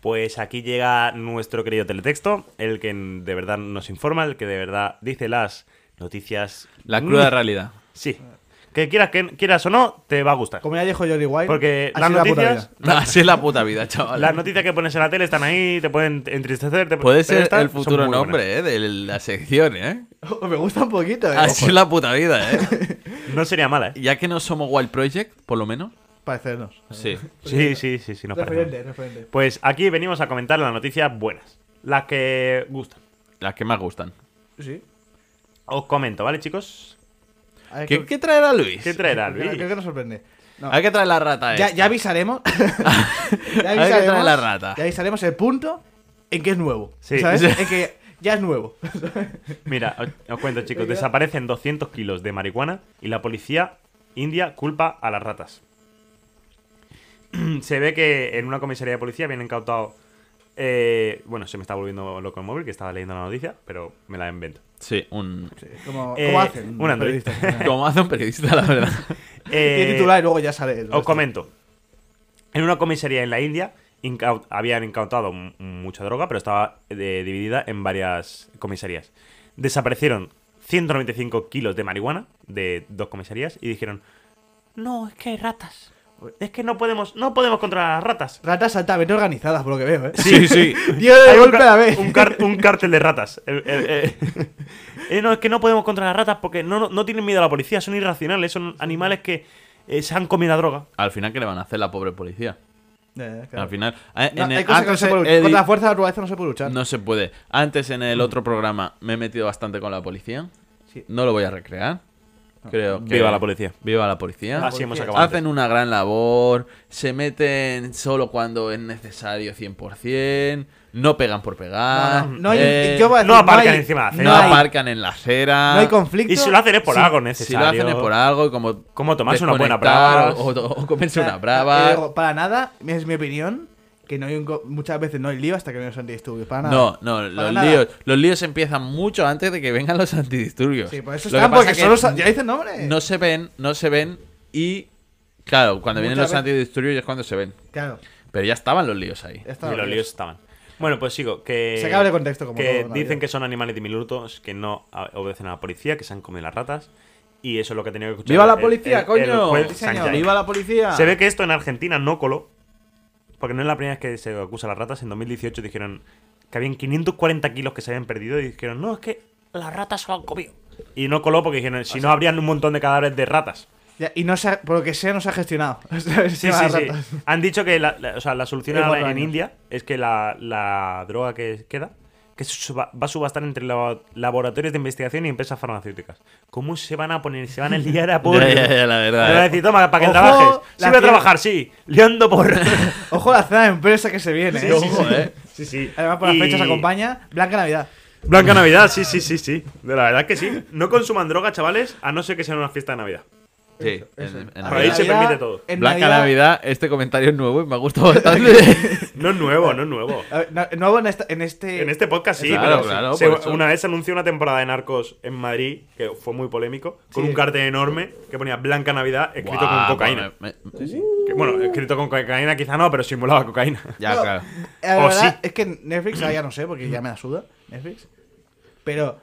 S3: Pues aquí llega nuestro querido teletexto, el que de verdad nos informa, el que de verdad dice las noticias.
S2: La cruda
S3: Mm,
S2: realidad.
S3: Sí. Que quieras, que quieras o no, te va a gustar.
S4: Como ya dijo Jordi White.
S3: Porque
S4: ha
S3: las
S4: sido la puta
S3: noticias,
S4: vida.
S2: Así es la puta vida, chaval.
S3: las noticias que pones en la tele están ahí, te pueden entristecer. te-
S2: Puede
S3: pero
S2: ser
S3: estas
S2: el
S3: son
S2: futuro
S3: muy buenas.
S2: nombre, eh, de la sección, eh.
S4: Oh, me gusta un poquito, eh.
S2: Así es
S4: Ojo,
S2: la puta vida, eh.
S3: No sería mala, ¿eh?
S2: Ya que no somos Wild Project, por lo menos.
S4: Parecernos.
S2: Sí.
S3: Sí, sí, sí, sí, nos parece.
S4: referente, referente.
S3: Pues aquí venimos a comentar las noticias buenas, las que gustan.
S2: Las que más gustan.
S4: Sí.
S3: Os comento, ¿vale, chicos?
S4: A ver,
S2: ¿Qué,
S4: creo-
S2: qué traerá Luis?
S3: ¿Qué traerá,
S4: creo-
S3: Luis?
S4: Creo que nos sorprende. No.
S2: Hay que traer la rata
S4: Ya,
S2: esta.
S4: ya avisaremos. ya
S2: Hay que traer la rata.
S4: Ya avisaremos el punto en que es nuevo.
S3: Sí.
S4: ¿Sabes?
S2: Sí.
S4: En que ya es nuevo.
S3: Mira, os, os cuento, chicos. Desaparecen 200 kilos de marihuana y la policía india culpa a las ratas. se ve que en una comisaría de policía habían incautado. eh, bueno, se me está volviendo loco el móvil, que estaba leyendo la noticia, pero me la invento.
S2: Sí, un...
S4: Como,
S3: Eh,
S4: como hacen.
S3: un
S4: los
S3: Android.
S4: periodistas.
S2: Como hace un periodista, la verdad.
S4: Tiene
S3: Eh,
S4: titular y luego ya sale. el
S3: Os
S4: resto.
S3: comento. En una comisaría en la India incau- habían incautado m- mucha droga, pero estaba eh, dividida en varias comisarías. Desaparecieron 195 kilos de marihuana de dos comisarías y dijeron: No, es que hay ratas. Es que no podemos, no podemos controlar a las ratas.
S4: Ratas altamente organizadas, por lo que veo, ¿eh?
S2: Sí, sí.
S4: Dios
S3: Hay
S4: de
S3: un
S4: golpe a
S3: ca-
S4: la vez.
S3: Un, car- un cártel de ratas. Eh, eh, eh. Eh, no, es que no podemos contra las ratas porque no, no- no tienen miedo a la policía, son irracionales, son animales que eh, se han comido la droga.
S2: Al final, ¿qué le van a hacer la pobre policía?
S4: Eh, claro.
S2: Al final... eh,
S4: No,
S2: en
S4: hay
S2: el-
S4: cosas que no se
S2: antes he
S4: puede luchar. Contra
S2: di-
S4: la fuerza de la naturaleza no se puede luchar.
S2: No se puede. Antes en el otro programa me he metido bastante con la policía.
S4: Sí.
S2: No lo voy a recrear. Creo que-
S3: Viva la policía. Ah,
S2: Viva la policía.
S3: Así hemos
S4: policía.
S3: acabado. antes.
S2: Hacen una gran labor, se meten solo cuando es necesario 100%, no pegan por pegar,
S4: No, no, no hay-
S2: eh,
S4: yo voy a
S3: no
S4: decir,
S3: aparcan
S4: hay-
S3: encima de la
S2: no
S3: acera.
S4: No hay,
S2: aparcan en la acera.
S4: no hay conflicto.
S3: Y si lo hacen es por
S4: Sí.
S3: algo
S2: Si lo
S3: necesario.
S2: hacen es por algo y como...
S3: Como tomarse una buena
S2: desconectar
S3: brava.
S2: O, o- o comerse
S4: O sea,
S2: una
S4: eh,
S2: brava.
S4: digo, Para nada, es mi opinión, que no hay un co- muchas veces no hay lío hasta que no hay los antidisturbios. Para nada.
S2: No, no, los
S4: nada.
S2: líos, los líos empiezan mucho antes de que vengan los antidisturbios.
S4: Sí, por eso
S2: Lo que
S4: están,
S2: pasa
S4: porque
S2: que
S4: solo sa- ya dicen nombres.
S2: No se ven, no se ven y... Claro, cuando vienen los
S4: Muchas veces-
S2: antidisturbios ya es cuando se ven.
S4: Claro,
S2: Pero ya estaban los líos ahí.
S4: ya está.
S3: Y los líos estaban. Bueno, pues sigo. Que,
S4: Se acaba de contexto, como todo
S3: Que
S4: en la
S3: dicen
S4: vida.
S3: que son animales diminutos, que no a- obedecen a la policía, que se han comido las ratas. Y eso es lo que ha tenido que escuchar.
S2: ¡Viva la
S3: el-
S2: policía,
S3: el-
S2: coño!
S3: el juez
S4: Sí, señor.
S3: Sanjay.
S2: ¡Viva la policía!
S3: Se ve que esto en Argentina no coló. Porque no es la primera vez que se acusa a las ratas. En 2018 dijeron que habían 540 kilos que se habían perdido. Y dijeron, no, es que las ratas se lo han comido. Y no coló porque dijeron, si no, habrían un montón de cadáveres de ratas.
S4: Ya, y no se ha- por lo que sea, no se ha gestionado. O sea, el
S3: Sí,
S4: tema de
S3: sí,
S4: las
S3: sí.
S4: ratas.
S3: Han dicho que la, la- o sea, la solución
S4: Es
S3: a la-
S4: cuatro
S3: en
S4: años.
S3: India es que la, la droga que queda que se suba- va a subastar entre labo- laboratorios de investigación y empresas farmacéuticas. ¿Cómo se van a poner? Se van a liar a por.
S2: Ya, ya, ya, la verdad,
S3: Van a
S2: eh.
S3: decir, toma, para que
S4: Ojo,
S3: trabajes. Sí,
S4: la
S3: voy a
S4: fie-
S3: trabajar, sí. Liando por. sí,
S4: Ojo la cena de empresa que se viene. ¿eh?
S2: sí, ojo, sí. eh.
S3: Sí, sí.
S4: Además, por las
S3: Y-
S4: fechas acompaña Blanca Navidad.
S3: Blanca Navidad, sí, sí, sí, sí. De la verdad que sí. No consuman droga, chavales, a no ser que sea una fiesta de Navidad.
S2: Sí, en- en
S3: Por ahí
S2: Navidad.
S3: se permite todo.
S4: en
S2: Blanca Navidad. este comentario es nuevo y me ha gustado bastante.
S3: No es nuevo, no es nuevo.
S4: A ver, no- nuevo en, esta- en este.
S3: En este podcast sí,
S2: Claro,
S3: pero sí.
S2: claro,
S3: Se-
S2: por eso.
S3: una vez se anunció una temporada de Narcos en Madrid que fue muy polémico, con
S4: Sí.
S3: un cartel enorme que ponía Blanca Navidad escrito
S2: Guau,
S3: con cocaína.
S2: me- me-
S3: Que, bueno, escrito con cocaína quizá no, pero simulaba cocaína.
S2: ya,
S4: No,
S2: claro.
S4: La
S3: O
S4: verdad
S3: sí.
S4: es que Netflix, ahora ya no sé, porque ya me la suda Netflix. Pero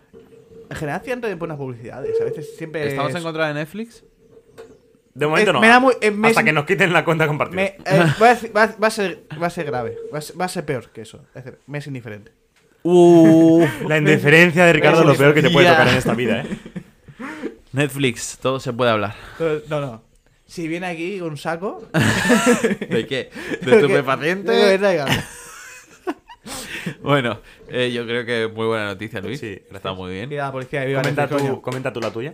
S4: en general siempre ponen buenas publicidades. A veces siempre.
S2: ¿Estamos en
S4: es-
S2: contra de Netflix?
S3: De momento
S4: Eh,
S3: no.
S4: me da muy- eh, me
S3: hasta
S4: sin-
S3: que nos quiten la cuenta compartida.
S4: me- eh, va, a, decir- va a- va a ser, va a ser grave. Va a ser, va a ser peor que eso. Es decir, me es indiferente.
S3: La indiferencia de Ricardo es lo peor que te puede
S2: Hostia.
S3: tocar en esta vida, ¿eh?
S2: Netflix, todo se puede hablar.
S4: Entonces, no, no. Si viene aquí con un saco.
S2: ¿De qué? ¿De
S4: porque- digo,
S2: estupefaciente?
S4: es legal.
S2: Bueno, eh, yo creo que muy buena noticia, Luis.
S3: Sí, gracias.
S2: Está muy
S4: Y
S2: bien.
S4: la policía viva
S3: Comenta
S4: Netflix,
S3: tú,
S4: coño.
S3: comenta tú la tuya.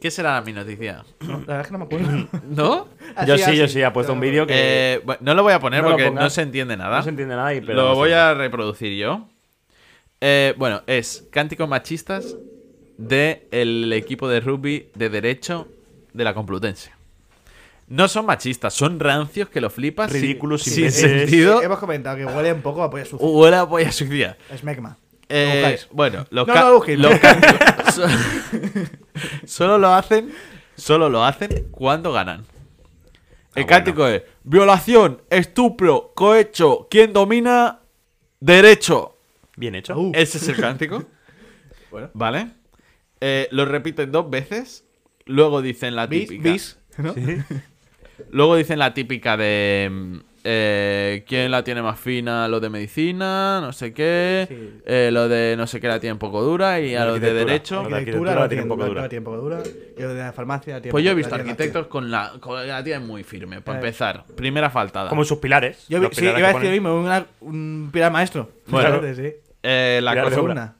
S2: ¿Qué será mi noticia?
S4: No, La verdad es que no me acuerdo.
S2: ¿No?
S4: Así,
S3: yo sí, yo
S4: así.
S3: sí, ha puesto un vídeo que
S2: Eh, bueno, no lo voy a poner
S3: No lo
S2: porque
S3: pongas.
S2: no se entiende nada.
S3: no se entiende nada. Y, pero
S2: lo
S3: no se
S2: voy
S3: entiende.
S2: a reproducir yo. Eh, bueno, es cánticos machistas del el equipo de rugby de derecho de la Complutense. No son machistas, son rancios que lo flipas. sin-
S3: Ridículos,
S2: sin,
S3: imbéciles.
S2: sentido.
S4: Hemos comentado que huele un poco a pollo
S3: Uh.
S4: sucia.
S2: Huele a polla sucia.
S4: Es Mecma.
S2: Eh,
S4: Lo buscáis.
S2: bueno, los,
S4: No,
S2: ca-
S4: no lo busquéis.
S2: los cánticos so- solo lo hacen, solo lo hacen cuando ganan. El
S3: Ah,
S2: cántico es violación, estupro, cohecho, quien domina, derecho.
S3: Bien hecho.
S4: Uh.
S2: Ese es el cántico. ¿Vale? Eh, lo repiten dos veces. Luego dicen la
S4: Bis,
S2: típica.
S4: bis, ¿no?
S2: Luego dicen la típica de. mm, eh, ¿Quién la tiene más fina? Lo de medicina, no sé qué.
S4: Sí.
S2: eh, lo de no sé qué la tienen poco dura. Y a
S3: La
S2: los de
S3: arquitectura.
S2: derecho.
S3: Lo de
S4: Arquitectura
S3: arquitectura la
S4: lo
S3: tiene un poco dura.
S4: tiempo dura. Y lo de la farmacia la tiene
S2: Pues yo he
S4: poco-
S2: visto
S4: la tiene-
S2: arquitectos con la, con la tienen muy firme. Para
S4: Eh.
S2: empezar, primera faltada.
S3: Como sus pilares.
S4: Yo vi-
S3: los
S4: sí,
S3: pilares
S4: iba a
S3: que
S4: decir lo
S3: ponen.
S4: mismo, una- un pilar maestro.
S2: Bueno.
S4: Fíjate, sí.
S2: Eh, la
S3: Pilar de
S2: cosa-
S3: obra.
S4: Columna.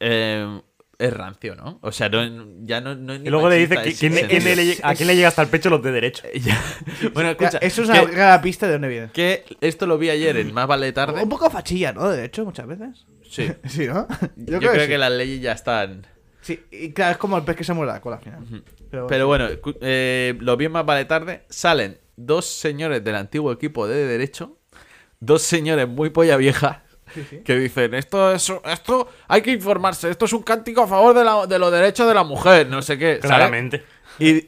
S2: eh, es rancio, ¿no? O sea, no, ya no, no es ni
S3: Y luego le dice
S2: machista,
S3: que-
S2: es
S3: ¿quién-
S2: sencillo.
S3: quién le lle- a quién le llega hasta el pecho los de derecho.
S2: Ya. Bueno,
S4: Ya,
S2: escucha.
S4: eso es una
S2: que-
S4: gran pista de dónde viene.
S2: que esto lo vi ayer en Más vale tarde.
S4: Un poco fachilla, ¿no? De hecho, muchas veces.
S2: Sí.
S4: Sí, ¿no?
S2: Yo, creo, que,
S4: sí.
S2: las leyes ya están.
S4: Sí, y claro, es como el pez que se muerde la cola al final. Pero bueno.
S2: Pero bueno, escu- eh, lo bien más vale tarde. Salen dos señores del antiguo equipo de derecho, dos señores muy polla vieja, que dicen: Esto es, esto hay que informarse, esto es un cántico a favor de, la- de los derechos de la mujer, no sé qué. ¿sabes?
S3: Claramente.
S2: Y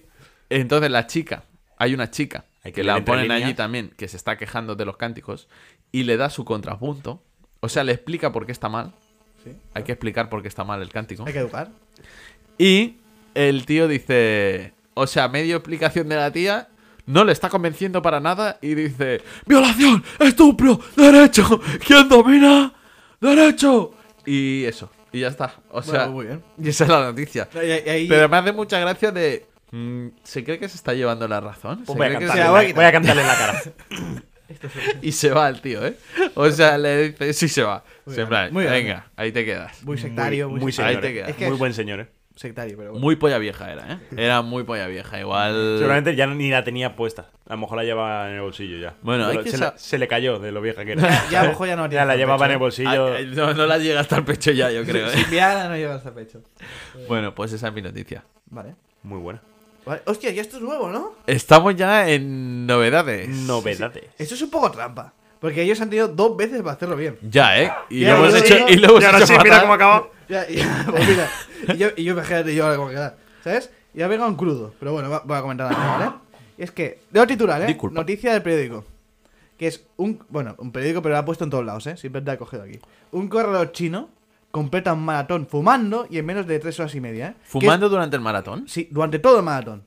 S2: entonces la chica, hay una chica
S3: Hay que
S2: que
S3: leer
S2: la
S3: entre
S2: ponen allí
S3: líneas.
S2: también, que se está quejando de los cánticos, y le da su contrapunto. O sea, le explica por qué está mal.
S4: Sí.
S2: Hay que explicar por qué está mal el cántico.
S4: Hay que educar.
S2: Y el tío dice. O sea, medio explicación de la tía. No le está convenciendo para nada. Y dice. ¡Violación! ¡Estupro! ¡Derecho! ¿Quién domina? ¡Derecho! Y eso. Y ya está. O sea.
S4: muy bien.
S2: Y esa es la noticia.
S4: No, y ahí- ahí-
S2: Pero me hace mucha gracia de. mm, ¿Se cree que se está llevando la razón? ¿Se
S3: Pues voy, a
S2: cree que
S3: cantarle,
S4: se la
S3: en
S4: voy a
S3: la-
S4: quitar.
S3: voy a cantarle en la cara.
S2: se- Y se va el tío, ¿eh? O sea, le dice. Sí, se va.
S4: Muy
S2: Se
S4: bien,
S2: plan,
S4: muy bien.
S2: venga, ahí te quedas.
S4: Muy sectario, muy,
S3: muy
S2: sec-
S3: señor.
S2: Ahí te
S3: eh.
S2: queda.
S4: Es que
S3: muy
S4: es-
S3: buen señor. eh.
S4: sectario, pero bueno.
S2: Muy polla vieja era, ¿eh? Era muy polla vieja. Igual.
S3: Seguramente ya ni la tenía puesta. A lo mejor la llevaba en el bolsillo ya.
S2: Bueno,
S3: Pero
S2: hay que
S3: se,
S2: sa-
S3: le, se le cayó de lo vieja que era.
S4: Ya, a lo mejor ya no haría Ah,
S3: Ya la
S4: tanto
S3: llevaba en
S4: pecho.
S3: el bolsillo.
S2: Ay, ay, Ah, eh, no, no la llega hasta el pecho ya, yo creo.
S4: Si
S2: ¿eh?
S4: Viagra no lleva hasta pecho.
S2: Bueno, pues esa es mi noticia.
S4: Vale.
S3: Muy buena.
S4: Vale. Hostia, ya esto es nuevo, ¿no?
S2: Estamos ya en novedades.
S3: Novedades.
S4: Esto es un poco trampa. Porque ellos han tenido dos veces para hacerlo bien.
S2: Ya, ¿eh? Y
S4: Ya,
S2: lo hemos
S4: ya,
S2: hecho.
S4: ya.
S2: Y lo hemos
S3: Y ahora
S2: hecho
S3: sí, mira
S2: fatal.
S3: cómo acaba.
S4: Ya, ya, pues mira. Y yo, y yo imagínate yo ahora cómo queda. ¿Sabes? Y ha venga un crudo. Pero bueno, va- voy a comentar algo, ¿vale? Y es que, de titular, ¿eh?
S2: Disculpa.
S4: Noticia del periódico. Que es un. Bueno, un periódico, pero lo ha puesto en todos lados, ¿eh? Siempre te ha cogido aquí. Un corredor chino completa un maratón fumando y en menos de tres horas y media, ¿eh? Que es-
S2: ¿Fumando durante el maratón?
S4: sí, durante todo el maratón.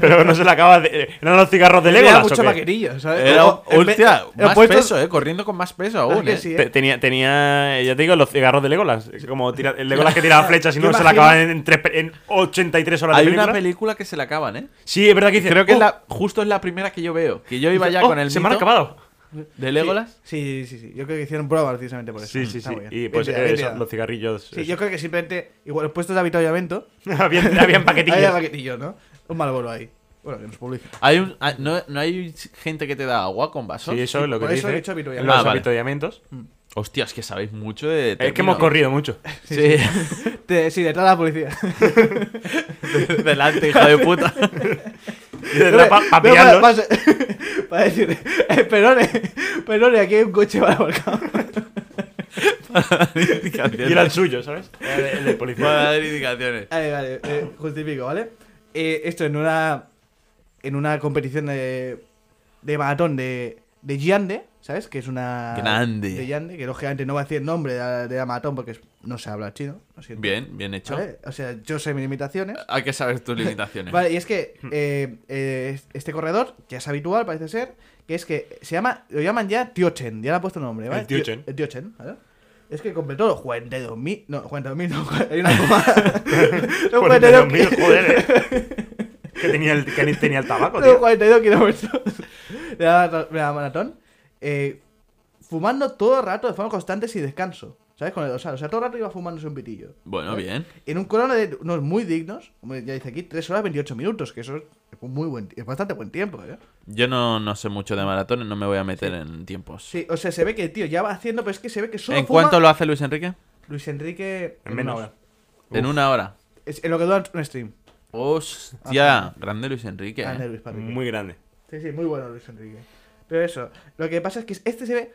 S3: Pero no se le acaba de. eh, ¿No los cigarros de
S4: Le da
S3: Legolas o
S4: mucho
S3: qué?
S4: paquerillo, ¿sabes? eh,
S2: Era,
S4: O- o-
S2: hostia,
S4: he
S2: más
S4: puesto-
S2: peso, ¿eh? Corriendo con más peso
S3: Ah,
S4: Claro
S2: aún,
S4: que
S2: ¿eh?
S4: sí, ¿eh?
S3: Te- Tenía, tenía, ya te digo, los cigarros de Legolas. Como tira- el Legolas que tiraba flechas y
S4: ¿Te
S3: no se la
S4: imaginas?
S3: acababan en, tres pe- en 83 horas
S2: Hay
S3: de
S2: una
S3: película.
S2: película que se la acaban, ¿eh?
S3: Sí, es verdad que dice.
S2: Creo que es
S3: "Oh,
S2: la, justo es la primera que yo veo. Que yo iba ya
S3: oh,
S2: con el
S3: Se me han
S2: mito
S3: acabado.
S2: de Legolas.
S4: Sí, sí, sí. Yo creo que hicieron pruebas precisamente por eso.
S3: Sí, sí,
S4: Está
S3: sí.
S4: muy bien.
S3: Y
S4: Bien
S3: pues
S4: tirado,
S3: eh,
S4: bien
S3: eso,
S4: tirado.
S3: los cigarrillos.
S4: Sí, yo creo que simplemente. Igual, los puestos de habituallamiento.
S3: habían, habían paquetillos.
S4: Hay paquetillo, ¿no? Un malboro ahí. Bueno, que nos publica.
S2: Hay un, ah, no, ¿No hay gente que te da agua con vasos?
S3: Sí, eso es lo que
S4: por eso
S3: dice.
S4: he dicho habituallamiento.
S3: los
S2: Ah, vale.
S3: habituallamientos.
S2: Hostia, es que sabéis mucho de.
S3: Es que hemos
S2: términos.
S3: corrido mucho.
S2: Sí,
S4: Te- sí, detrás de la policía.
S2: delante, hija de puta.
S3: Y detrás pa- pa
S4: Veo
S3: pillarlos.
S4: para, para- para decir, eh, perdone, perdone, aquí hay un coche mal aparcado.
S3: Y era el suyo, ¿sabes? Era El, el
S2: Para
S3: del policía.
S2: dar indicaciones.
S4: Vale, vale, eh, justifico, ¿vale? Eh, esto en una en una competición de, de maratón de, de Giande, ¿sabes? Que es una...
S2: Grande.
S4: De Giande, que lógicamente no va a decir el nombre de la, de la maratón porque es- no se habla chino, lo siento.
S2: Bien, bien hecho.
S4: ¿Vale? O sea, yo sé mis limitaciones.
S2: Hay que saber tus limitaciones.
S4: Vale, y es que
S3: Mm.
S4: eh, eh, este corredor, ya es habitual, parece ser, que es que se llama, lo llaman ya Tio Chen, ya le han puesto nombre, ¿vale?
S3: El Tio
S4: Tio-
S3: Chen.
S4: El Tio Chen, ¿vale? Es que completó los 42.000, no, 42.000, no, hay una coma.
S3: Pues
S4: Los
S3: 42.000,
S4: 42.000
S3: joder. eh. Que tenía el, que ni tenía el tabaco,
S4: Tengo
S3: tío.
S4: 42 kilómetros de la, mara- de la maratón. eh, fumando todo el rato de forma constante sin descanso. ¿Sabes? Con el dorsal. O sea, todo el rato iba fumándose un pitillo.
S2: Bueno, bien.
S4: En un crono de unos muy dignos, como ya dice aquí, 3 horas 28 minutos, que eso es un muy buen, es bastante buen tiempo, ¿eh?
S2: Yo no, no sé mucho de maratones, no me voy a meter en tiempos.
S4: Sí, o sea, se ve que el tío ya va haciendo, pero es que se ve que solo
S2: ¿En
S4: fuma
S2: cuánto lo hace Luis Enrique?
S4: Luis Enrique
S3: En
S4: en
S3: menos.
S4: una hora.
S2: En una hora.
S4: Es en lo que dura un stream.
S2: Hostia, grande Luis Enrique. eh.
S4: Ah, de Luis Enrique.
S3: Muy grande.
S4: Sí, sí, muy bueno Luis Enrique. Pero eso, lo que pasa es que este se ve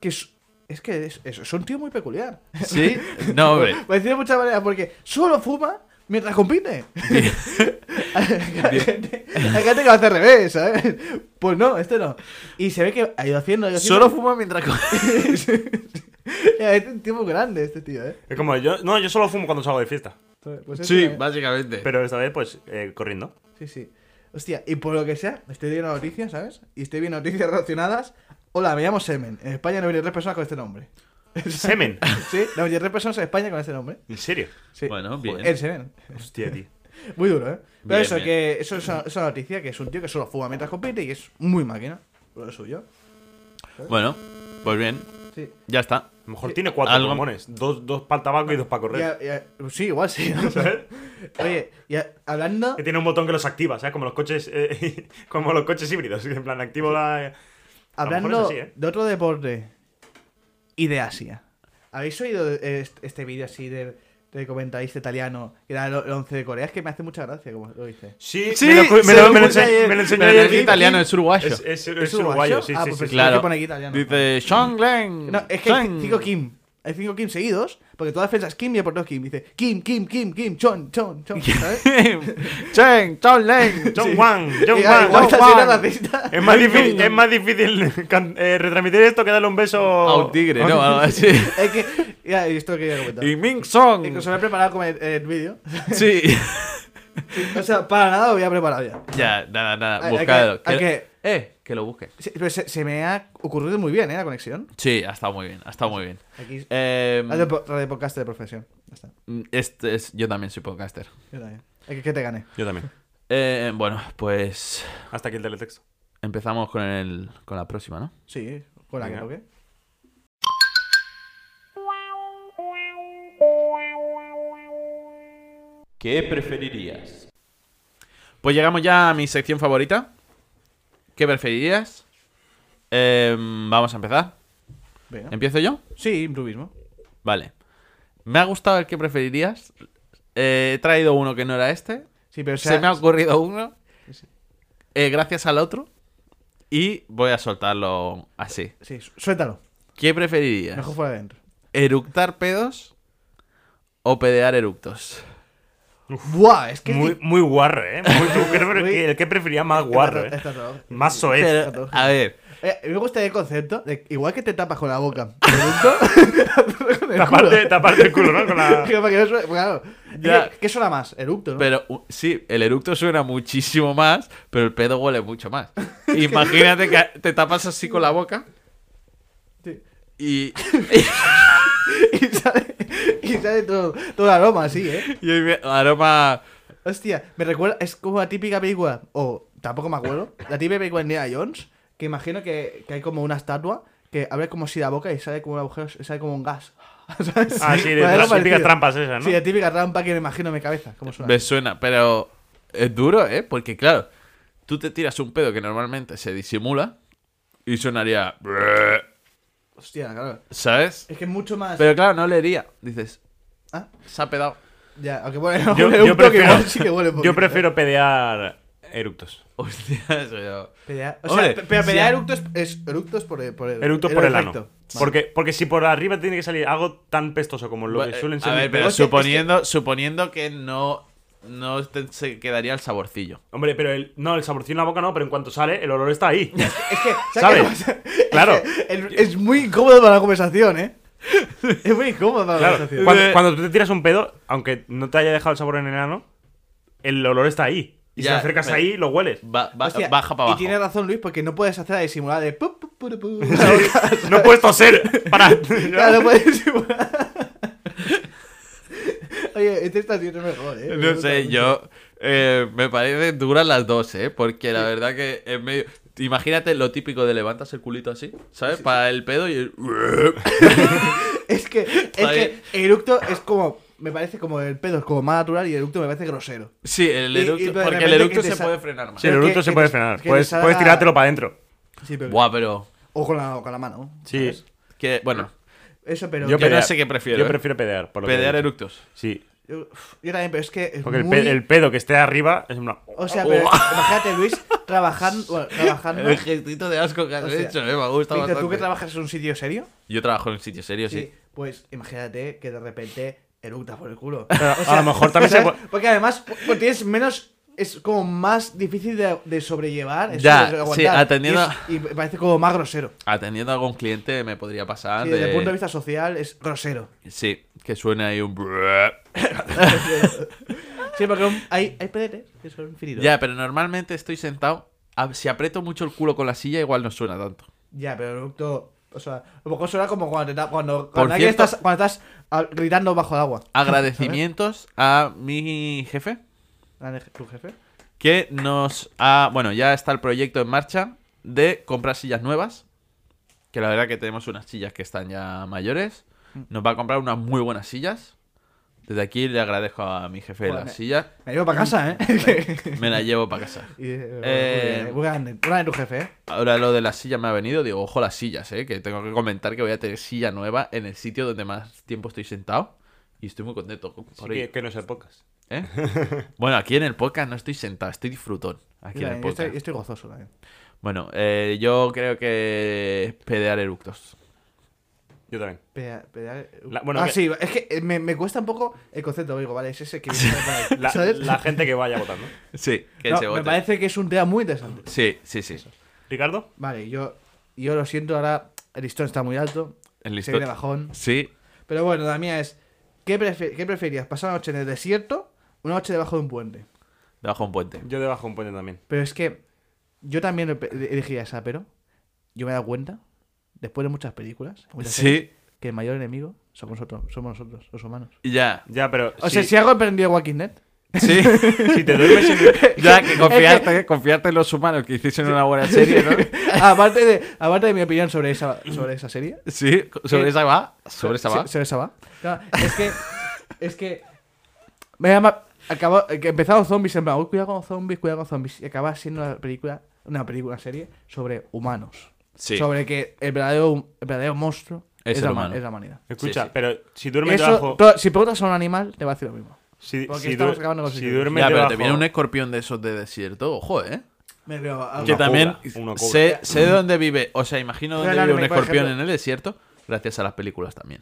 S4: que es, es que es, es- es un tío muy peculiar.
S2: Sí, no, hombre.
S4: Me decía de muchas maneras, porque solo fuma mientras compite. hay, gente, hay gente que lo hace al revés, ¿sabes? Pues no, este no. Y se ve que ha ido haciendo. ha ido
S2: Solo
S4: haciendo-
S2: fuma mientras co-
S4: Ya, Es un tipo grande este tío, ¿eh?
S3: Es como yo. No, yo solo fumo cuando salgo de fiesta.
S4: Pues este,
S2: Sí,
S4: ¿eh?
S2: básicamente.
S3: Pero esta vez, pues, eh, corriendo.
S4: Sí, sí. Hostia, y por lo que sea, estoy viendo noticias, ¿sabes? Y estoy viendo noticias relacionadas. Hola, me llamo Semen. En España 93 personas con este nombre.
S3: Semen.
S4: Sí, 93 personas en España con este nombre.
S3: ¿En serio?
S4: Sí.
S2: Bueno, bien.
S4: El Semen.
S3: Hostia, tío.
S4: Muy duro, ¿eh? Pero
S2: Bien,
S4: eso,
S2: bien.
S4: que eso es una, es una noticia, que es un tío que solo fuma mientras compite y es muy máquina. Lo suyo.
S2: Bueno, pues bien,
S4: Sí.
S2: ya está.
S3: A lo mejor tiene cuatro
S2: Algo-
S3: pulmones. Dos, dos para el tabaco y dos para correr.
S4: Ya- ya- sí, igual sí. ¿no?
S3: ¿Sabes?
S4: Oye, y a- hablando.
S3: Que tiene un botón que los activa, ¿sabes? Como los coches, eh, como los coches híbridos. En plan, activo la. a lo mejor
S4: Hablando
S3: es así, ¿eh?
S4: de otro deporte y de Asia. ¿Habéis oído eh, est- este vídeo así del del comentarista italiano que era el el 11 de Corea? Es que me hace mucha gracia como lo dice.
S3: Sí,
S2: Sí,
S3: me lo, me
S2: se
S3: lo-
S2: lo
S3: me lo
S2: puse
S3: ense-
S2: ayer.
S3: me lo enseñó
S2: Pero
S3: ayer
S2: es
S3: Vicky.
S2: italiano, es uruguayo.
S3: Es, es- es
S4: ¿Es
S3: uruguayo,
S4: uruguayo?
S3: sí,
S4: Ah,
S3: sí,
S4: pues
S3: sí.
S4: pensé-
S2: Claro.
S4: ¿Qué pone aquí italiano?
S2: Dice Sean Glenn.
S4: No, es que hay
S2: Sean".
S4: 5 Kim. Hay 5 Kim seguidos, porque todas las defensas Kim y por dos Kim. Dice Kim, Kim, Kim, Kim, Chon, Chon, Chon. ¿Sabes?
S2: Chen, Sean Glenn.
S3: John Wang, John
S4: Y, ah,
S3: Wang,
S4: igual
S3: John
S4: está
S3: Wang.
S4: así la racista.
S3: Es más difícil, es más difícil can- eh, retransmitir esto que darle un beso
S4: Oh.
S2: A un tigre, ¿no? Algo así.
S4: Es que. Ya, y esto quería comentar.
S2: Y
S4: Y...
S2: Ming Song.
S4: Se me he preparado con el, el vídeo.
S2: Sí.
S4: O sea, para nada lo había preparado ya.
S2: ya, nada, nada.
S4: Hay- hay que-
S2: Buscadlo.
S4: hay que-
S2: Eh, que lo busques.
S4: Se, pero se, se me ha ocurrido muy bien, ¿eh? La conexión.
S2: Sí, ha estado muy bien, ha estado muy bien.
S4: Aquí.
S2: Eh,
S4: Radio, po- radio podcast de profesión. Ya está.
S2: este es, yo también soy podcaster.
S4: Yo también. Es que, que te gané.
S3: Yo también.
S2: Eh, bueno, pues
S3: Hasta aquí el teletexto.
S2: empezamos con, el, con la próxima, ¿no?
S4: Sí, con la que
S3: Venga.
S4: toque.
S1: ¿Qué preferirías?
S2: Pues llegamos ya a mi sección favorita. ¿Qué preferirías? Em, vamos a empezar.
S4: Venga.
S2: ¿Empiezo yo?
S4: Sí, improvismo.
S2: Vale. Me ha gustado el que preferirías. Eh, he traído uno que no era este.
S4: Sí, pero o
S2: Se
S4: sea,
S2: me ha ocurrido uno.
S4: Sí.
S2: eh, gracias al otro. Y voy a soltarlo así.
S4: Sí, su- suéltalo.
S2: ¿Qué preferirías?
S4: Mejor fuera de dentro.
S2: ¿Eructar pedos o pedear eructos?
S4: Buah, es que.
S3: Muy, muy guarre, ¿eh? Muy, yo creo que el que prefería más guarre, ¿eh?
S4: Está todo.
S3: Más soez.
S2: Pero, a ver,
S4: Eh, me gusta el concepto de igual que te tapas con la boca, eructo, con el
S3: Taparte,
S4: culo.
S3: taparte el culo, ¿no? Con la...
S4: Que para que no suene- pues claro.
S2: Ya.
S4: Es que- ¿Qué suena más? Eructo, ¿no?
S2: pero u- sí, el eructo suena muchísimo más, pero el pedo huele mucho más. Imagínate que te tapas así con la boca
S4: Sí.
S2: y,
S4: Y sale, y sale todo, todo el aroma así, ¿eh?
S2: y hay aroma...
S4: Hostia, me recuerda, es como la típica película, o tampoco me acuerdo, la típica película de Indiana Jones, que imagino que, que hay como una estatua que abre como si la boca y sale como un agujero, sale como un gas. ¿Sabes?
S3: Ah, sí, de,
S4: Pues algo
S3: las típicas
S4: parecido.
S3: trampas esas, ¿no?
S4: Sí, la típica rampa que me imagino en mi cabeza, como suena.
S2: Me suena, pero es duro, ¿eh? Porque claro, tú te tiras un pedo que normalmente se disimula y sonaría...
S4: Hostia, claro.
S2: ¿Sabes?
S4: Es que es mucho más...
S2: Pero claro, no leería. Dices,
S4: Ah,
S2: se ha pedado.
S4: ya, aunque bueno,
S3: Yo,
S4: huele
S3: yo
S4: un toque,
S3: prefiero,
S4: igual sí que huele un poquito, ¿eh?
S3: yo prefiero pedear eructos.
S2: Hostia, eso yo...
S4: Pelea- o
S2: Hombre,
S4: sea, pe- pero
S2: sí.
S4: pelea eructos es eructos por el, por el,
S3: Eructos por el ano.
S4: recto.
S3: Porque, porque si por arriba tiene que salir algo tan pestoso como lo que
S2: Bueno,
S3: suelen
S2: eh, a
S3: ser. mis
S2: ver, pero
S3: pedos-
S4: es que-
S2: suponiendo, suponiendo que no, no te- se quedaría el saborcillo.
S3: Hombre, pero el, no, el saborcillo en la boca no, pero en cuanto sale, el olor está ahí.
S4: Es que,
S3: ¿Sabes?
S4: ¿sabes? qué pasa?
S3: Claro.
S4: Es, que el- es muy incómodo para la conversación, ¿eh? Es muy incómodo para la
S3: Claro,
S4: conversación.
S3: cuando, cuando tú te tiras un pedo, aunque no te haya dejado el sabor en el ano, el olor está ahí. Y si
S2: Ya,
S3: te acercas
S2: pero-
S3: ahí, lo hueles.
S2: Ba- ba-
S4: Hostia,
S2: baja para abajo.
S4: Y tiene razón Luis porque no puedes hacer la disimulada de... pu, pu, puru, pu.
S3: No puedes toser. Para.
S4: Claro, no puedes disimular. Oye, este está siendo mejor, ¿eh? Me
S2: No
S4: gusta
S2: sé,
S4: mucho.
S2: yo. eh, me parecen duras las dos, ¿eh? Porque la verdad que es medio. Imagínate lo típico de levantas el culito así, ¿sabes? para el pedo y.
S4: Es que, es que
S2: bien.
S4: eructo es como... Me parece como el pedo, es como más natural y eructo me parece grosero.
S2: Sí, el
S4: Y- y
S2: eructo.
S4: de
S2: porque el
S4: repente
S2: eructo
S4: que te
S2: se
S4: sa-
S2: puede frenar más.
S3: Sí, el
S4: Pero
S3: eructo
S4: que-
S3: se
S4: que
S3: puede
S4: te-
S3: frenar.
S4: que te
S3: Puedes,
S4: salga-
S3: puedes tirártelo para adentro.
S4: Sí, pero-
S2: Buah, pero.
S4: O con la, con la mano.
S3: Sí.
S2: Que, bueno,
S4: Eso, pero...
S2: Yo
S4: Yo,
S2: no sé qué prefiero,
S3: Yo
S2: ¿eh?
S3: prefiero pedear. Por lo que
S2: pedear
S3: he dicho.
S2: eructos.
S3: Sí.
S4: yo también, pero es que es
S3: Porque el,
S4: muy-
S3: pe- el pedo que esté arriba es "Oh, una.
S4: O sea, pero imagínate, Luis, trabajando... Bueno, trabajando...
S2: El gestito de asco que has
S4: O sea,
S2: hecho, ¿eh? Me ha gustado
S4: Víctor, ¿tú
S2: bastante.
S4: que trabajas en un sitio serio?
S2: Yo trabajo en un sitio serio, sí.
S4: Pues imagínate que de repente eructas por el culo.
S3: a lo mejor también se
S4: ¿sabes?
S3: puede-
S4: Porque además pues, tienes menos... Es como más difícil de, de sobrellevar. eso
S2: Ya,
S4: de
S2: sí,
S4: aguantar.
S2: atendiendo a-
S4: Y, es- y me parece como más grosero.
S2: Atendiendo a algún cliente me podría pasar.
S4: Sí,
S2: de...
S4: desde el punto de vista social es grosero.
S2: Sí, que suena ahí un.
S4: Sí, porque un- hay, hay PDTs que son infinitos.
S2: Ya, pero normalmente estoy sentado. a- Si aprieto mucho el culo con la silla, igual no suena tanto.
S4: Ya, pero el eructo... O sea, a lo mejor suena como cuando, te da- cuando,
S2: Por
S4: cuando, alguien
S2: cierto-
S4: estás, cuando estás ah, gritando bajo el agua.
S2: Agradecimientos a mi jefe,
S4: ¿Tu jefe?
S2: que nos ha. Bueno, ya está el proyecto en marcha de comprar sillas nuevas. que la verdad que tenemos unas sillas que están ya mayores. Nos va a comprar unas muy buenas sillas. Desde aquí le agradezco a mi jefe
S4: Joder, me-
S2: las sillas.
S4: Me llevo para casa, ¿eh?
S2: Me las llevo para casa.
S4: Y, eh,
S2: Eh,
S4: muy grande, muy grande tu jefe, ¿eh?
S2: Ahora lo de las sillas me ha venido, digo, ojo las sillas, ¿eh? que tengo que comentar que voy a tener silla nueva en el sitio donde más tiempo estoy sentado y estoy muy contento con- por
S3: Sí,
S2: ello,
S3: que, que no es el podcast.
S2: ¿eh? bueno, aquí en el podcast no estoy sentado, estoy disfrutón. Aquí
S4: Mira,
S2: en este el
S4: yo, estoy,
S2: podcast.
S4: yo estoy gozoso también.
S2: Bueno, eh, yo creo que pedear eructos.
S3: Yo también.
S4: Peda- pedal-
S3: La- bueno,
S4: ah,
S3: que-
S4: sí, es que eh, me, me cuesta un poco el concepto. Digo, vale, es ese que viene para ahí,
S3: La,
S4: ¿sabes?
S3: la gente que vaya votando.
S2: Sí, que
S4: No,
S2: se
S4: me
S2: vote.
S4: parece que es un tema muy interesante.
S2: Sí, sí, sí.
S3: Ricardo,
S4: Vale, yo, yo lo siento, ahora el listón está muy alto.
S2: El
S4: Se
S2: listón-
S4: viene bajón.
S2: Sí,
S4: Pero bueno, la mía es: ¿qué, prefe- ¿qué preferías? ¿Pasar una noche en el desierto o una noche debajo de un puente?
S2: debajo de un puente.
S3: yo debajo un puente también.
S4: Pero es que yo también lo pe- elegiría esa, pero yo me he dado cuenta, después de muchas películas, muchas series,
S2: Sí,
S4: que el mayor enemigo somos nosotros, somos nosotros, los humanos.
S2: ya.
S3: Ya, pero
S4: O
S3: si,
S4: sea, si algo he aprendido de Walking Dead,
S2: Sí,
S3: si te duermes en-
S2: ya que confiarte, confiarte en los humanos que hiciesen una buena serie, ¿no?
S4: aparte, de, aparte de mi opinión sobre esa, sobre esa serie,
S2: Sí, sobre
S4: Sí.
S2: esa va. Sobre esa va.
S4: Se, sobre esa va. No, es que. es que. Me llama. Acabó, que empezaron zombies en plan, "Uy, cuidado con los zombies, cuidado con los zombies. Y acaba siendo una película, una película, una serie sobre humanos.
S2: Sí.
S4: Sobre que el verdadero, el verdadero monstruo
S2: Es
S4: es,
S2: el
S4: la, ma-
S2: humano.
S4: es la humanidad.
S3: Escucha,
S2: Sí, sí.
S3: pero si duermes
S4: Eso,
S3: debajo.
S4: todo- si preguntas a un animal, te va a decir lo mismo.
S3: Si,
S4: porque
S3: si
S4: estamos
S3: duer-
S4: acabando con los
S3: si
S4: siguientes.
S3: duermes
S2: Ya, pero
S3: debajo.
S2: te viene un escorpión de esos de desierto, ojo, ¿eh?
S4: Me veo
S3: Una
S2: Que
S3: cobra,
S2: también
S3: una cobra.
S2: sé, sé dónde vive, o sea, imagino
S4: Pero
S2: dónde
S4: el
S2: vive un
S4: anime, por
S2: escorpión en
S4: ejemplo.
S2: el desierto, gracias a las películas también.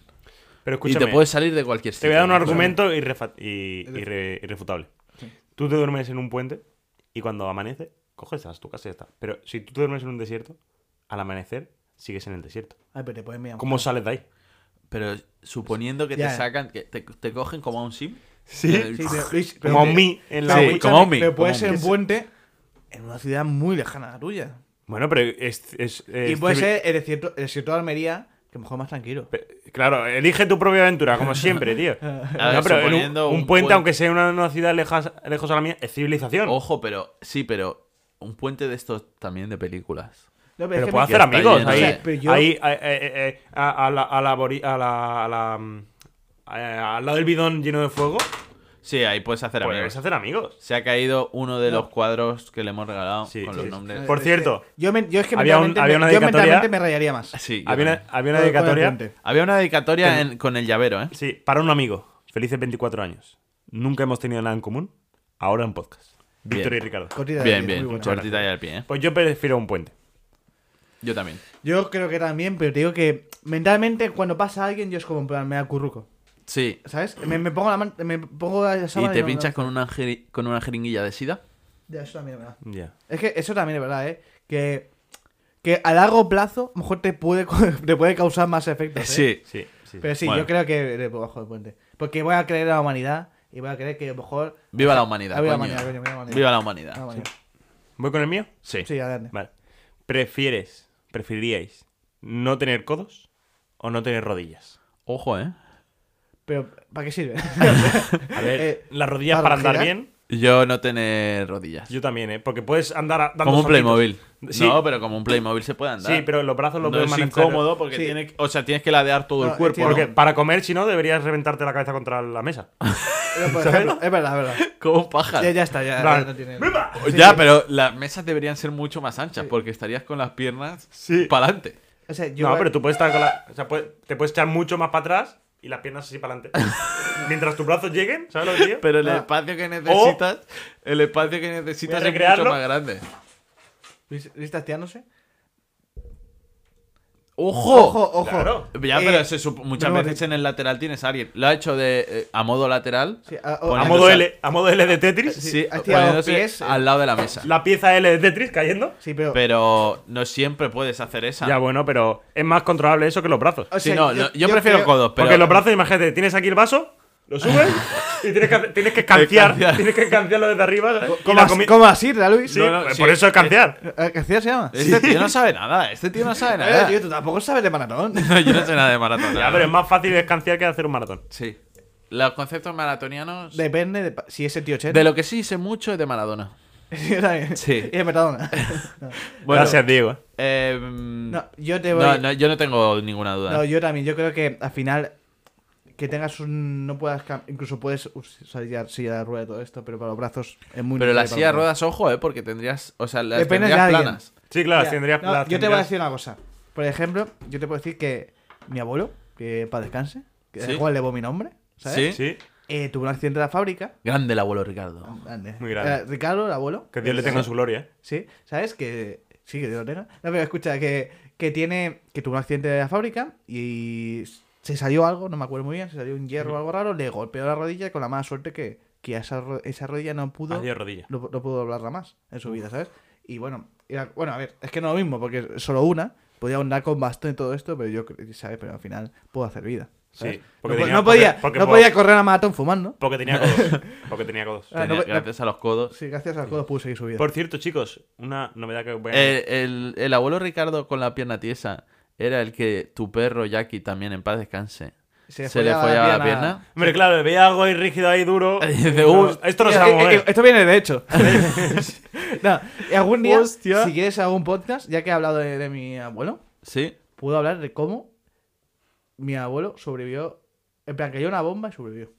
S2: Y
S3: Pero escúchame,
S2: te puedes salir de cualquier sitio.
S3: te voy a dar un
S2: ¿no?
S3: argumento irrefa- y- irre- irrefutable. Tú te duermes en un puente y cuando amanece, coges a tu casa y ya está. Pero si tú te duermes en un desierto, al amanecer sigues en el desierto.
S4: Ay, pero te pueden mirar.
S3: ¿Cómo sales de ahí?
S2: Pero suponiendo que
S4: Ya,
S2: te
S4: eh.
S2: sacan, que te, te cogen como a un sim. Eh,
S3: Sí.
S4: Sí, pero, Luis, pero-
S3: Como a mí en la
S2: Sí,
S4: escúchame,
S3: hucha.
S2: como a mí,
S4: Pero puede
S2: como a
S4: ser
S2: mí.
S4: un puente en una ciudad muy lejana a la tuya.
S3: Bueno, pero es. es-
S4: Y
S3: es
S4: puede
S3: civil-
S4: ser el desierto, el desierto de Almería, que a lo mejor más tranquilo.
S3: Pe- Claro, elige tu propia aventura, como siempre, tío.
S2: ver,
S3: no, pero en un,
S2: suponiendo
S3: un
S2: un
S3: puente,
S2: puente-
S3: aunque sea una, una ciudad lejas- lejos a la mía, es civilización.
S2: Ojo, pero sí, pero un puente de estos también de películas.
S4: No,
S3: pero
S4: es que
S3: puedo
S4: me-
S3: hacer
S2: Ya está
S3: amigos
S2: lleno,
S3: ahí.
S2: o sea,
S4: pero yo-
S3: ahí, eh, eh, eh, a, a la, a la bori- a la- a la, mm, eh, al lado del bidón lleno de fuego,
S2: Sí, ahí puedes hacer
S3: puedes
S2: amigos.
S3: hacer amigos.
S2: Se ha caído uno de los cuadros que le hemos regalado
S3: Sí,
S2: con
S3: sí,
S2: los
S3: sí.
S2: nombres.
S3: Por
S4: Eh,
S3: cierto,
S4: eh, yo, men- yo es que
S3: había un-
S4: mentalmente,
S3: había
S4: me-
S3: una
S4: yo
S3: dedicatoria-
S4: mentalmente me rayaría más.
S2: Sí, yo
S3: había una,
S2: también.
S3: había una
S4: Con el
S3: dedicatoria
S4: puente.
S2: Había una dedicatoria en- con el llavero, ¿eh?
S3: sí, para un amigo. Felices 24 años. Nunca hemos tenido nada en común. Ahora en podcast.
S2: Bien.
S3: Víctor y Ricardo.
S4: Cortita de
S2: Bien,
S4: pie, muy
S2: bien.
S4: buena.
S2: Cortita y al pie, ¿eh?
S3: Pues yo prefiero un puente.
S2: Yo también.
S4: Yo creo que también, pero te digo que mentalmente cuando pasa alguien, yo es como en plan, me acurruco.
S2: Sí,
S4: ¿Sabes? Me, me pongo la mano, me pongo la
S2: ¿Y
S4: sábana
S2: te
S4: no-
S2: pinchas
S4: no-
S2: con una, jeri- con una jeringuilla de sida?
S4: Ya, eso también es verdad.
S3: Ya.
S4: Es que eso también es verdad, ¿eh? Que, que a largo plazo, a lo mejor te puede, co- te puede causar más efectos. ¿eh?
S3: Sí, sí.
S4: Pero sí,
S2: Bueno.
S4: yo creo que de- debajo del puente. Porque voy a creer a la humanidad y voy a creer que a lo mejor.
S2: Viva la humanidad.
S4: Ah, viva la
S2: coño.
S4: humanidad, coño, viva la humanidad.
S2: Viva la humanidad.
S4: Ah, bueno.
S3: ¿Voy con el mío?
S2: Sí.
S4: Sí, adelante.
S3: Vale. ¿Prefieres, preferiríais no tener codos o no tener rodillas?
S2: Ojo, ¿eh?
S4: Pero, ¿para qué sirve?
S3: A ver,
S4: Eh,
S3: las rodillas para
S4: ¿para
S3: andar
S4: girar?
S3: bien,
S2: Yo no tener rodillas.
S3: yo también, ¿eh? Porque puedes andar a- dando
S2: Como un
S3: saltitos.
S2: Playmobil.
S3: Sí,
S2: No, pero como un Playmobil se puede andar.
S3: sí, pero los brazos los
S2: no
S3: puedes
S2: es
S3: manejar.
S2: incómodo porque
S4: Sí.
S2: tiene, o sea, tienes que ladear todo
S4: No,
S2: el cuerpo.
S4: entiendo.
S3: Porque
S4: No.
S3: para comer, si no, deberías reventarte la cabeza contra la mesa.
S4: Ah, Pero, por ejemplo, es verdad, es verdad.
S2: ¿no? Como un pájaro.
S4: Ya, ya está, ya,
S3: Vale.
S4: ya no tiene.
S2: Ya, pero las mesas deberían ser mucho más anchas porque estarías con las piernas
S3: Sí.
S2: para adelante.
S4: O sea, yo
S3: No,
S4: voy-
S3: pero tú puedes estar con la... O sea, puedes- te puedes echar mucho más para atrás y las piernas así para adelante. Mientras tus brazos lleguen, ¿sabes lo que digo?
S2: Pero el
S4: Ah.
S2: espacio que necesitas, el espacio que necesitas
S3: Voy a
S2: es mucho
S3: recrearlo.
S2: más grande.
S4: ¿Luis Luis está hastiándose?
S2: ¡Ojo!
S4: Ojo, ojo.
S3: Claro.
S2: Ya,
S4: Eh,
S2: pero se supo- muchas
S4: no,
S2: veces en el lateral tienes a alguien. Lo ha hecho de eh, a modo lateral.
S4: Sí, a- a-
S3: A
S2: poniéndose
S3: modo
S2: al-
S3: L, a modo L de Tetris.
S2: Sí,
S4: ha tirado
S2: poniéndose
S4: pies, eh.
S2: al lado de la mesa.
S3: La pieza L de Tetris cayendo.
S4: Sí, pero.
S2: Pero no siempre puedes hacer esa.
S3: Ya, bueno, pero es más controlable eso que los brazos.
S4: o
S2: Sí,
S4: sea,
S2: no, no, yo, prefiero
S4: creo-
S2: codos, pero
S3: Porque los brazos, imagínate, tienes aquí el vaso, lo subes y tienes que, hacer- tienes que escanciar.
S2: Escanciar.
S3: tienes que escanciarlo desde arriba. ¿sabes? Y
S4: ¿Cómo,
S3: la
S4: así-
S3: comi-
S4: cómo así, ¿verdad, Luis?
S3: Sí,
S2: No, no,
S3: pues
S2: sí,
S3: por eso escanciar.
S4: Eh, ¿Qué hacía se llama?
S2: Este tío no sabe nada. Este tío no sabe nada.
S4: Eh, tío, tú tampoco sabes de maratón.
S2: No, yo no sé nada de maratón.
S3: Ya, pero es más fácil escanciar que hacer un maratón.
S2: Sí. Los conceptos maratonianos. De,
S4: Depende de pa- si es el tío Chen.
S2: lo que sí sé mucho es de Maradona.
S4: Sí, yo también.
S2: Sí.
S4: Y en Mercadona. No.
S2: Bueno,
S3: Gracias, Diego.
S2: eh,
S4: No, yo te voy.
S2: no, no, yo no tengo ninguna duda.
S4: No, yo también. Yo creo que al final que tengas un no puedas cam- incluso puedes usar ya silla de rueda y todo esto, pero para los brazos es muy
S2: Pero la
S4: necesario para
S2: silla de
S4: los brazos.
S2: ruedas, ojo, eh, porque tendrías, o sea, las
S4: Depende de
S2: tendrías
S4: alguien.
S2: planas.
S3: Sí, claro,
S4: Ya.
S3: tendría
S4: No,
S3: las
S4: Yo te voy a
S3: tendrías-
S4: decir una cosa. Por ejemplo, yo te puedo decir que mi abuelo, que para descanse, que
S2: Sí.
S4: da igual le voy mi nombre, ¿sabes?
S2: Sí.
S3: Sí,
S4: Eh, tuvo un accidente en la fábrica.
S2: Grande el abuelo
S4: Ah,
S2: Ricardo.
S4: Grande.
S3: Muy grande.
S4: Eh, Ricardo, el abuelo.
S3: que Dios le
S4: eh,
S3: tenga en su gloria. ¿eh?
S4: Sí, ¿sabes? Que. Sí, que Dios lo tenga. No, pero escucha, que, que tiene. Que tuvo un accidente de la fábrica y se salió algo, no me acuerdo muy bien, se salió un hierro o algo raro, le golpeó la rodilla con la mala suerte que, que esa, ro- esa rodilla no pudo.
S3: Adiós, rodilla.
S4: No, no pudo doblarla más en su vida, ¿sabes? Y bueno, era- bueno, a ver, es que no lo mismo, porque es solo una. Podía andar con bastón y todo esto, pero yo, cre- ¿sabes? Pero al final puedo hacer vida. ¿sabes?
S3: Sí, porque
S4: no, po-
S3: tenía-
S4: no podía,
S3: porque- porque
S4: no
S3: po-
S4: podía correr a maratón fumando.
S3: Porque tenía codos. Porque tenía codos.
S4: Ah, no,
S2: Tenía-
S4: no-
S2: gracias a los codos.
S4: Sí, gracias al codo pudo seguir su vida.
S3: Por cierto, chicos, una novedad que voy a...
S2: Eh, el, el abuelo Ricardo con la pierna tiesa era el que tu perro Jackie también en paz descanse. Se, le
S4: follaba
S2: follaba la pierna.
S3: Hombre, claro, veía algo ahí rígido, ahí duro.
S2: Y dice, "Uh,
S3: No, esto no se va a
S4: Mira, eh, eh,
S3: mover.
S4: Esto viene de hecho. No, y algún día,
S2: Hostia.
S4: si quieres hago un podcast, ya que he hablado de, de mi abuelo,
S2: Sí.
S4: puedo hablar de cómo mi abuelo sobrevivió. En plan, cayó una bomba y sobrevivió.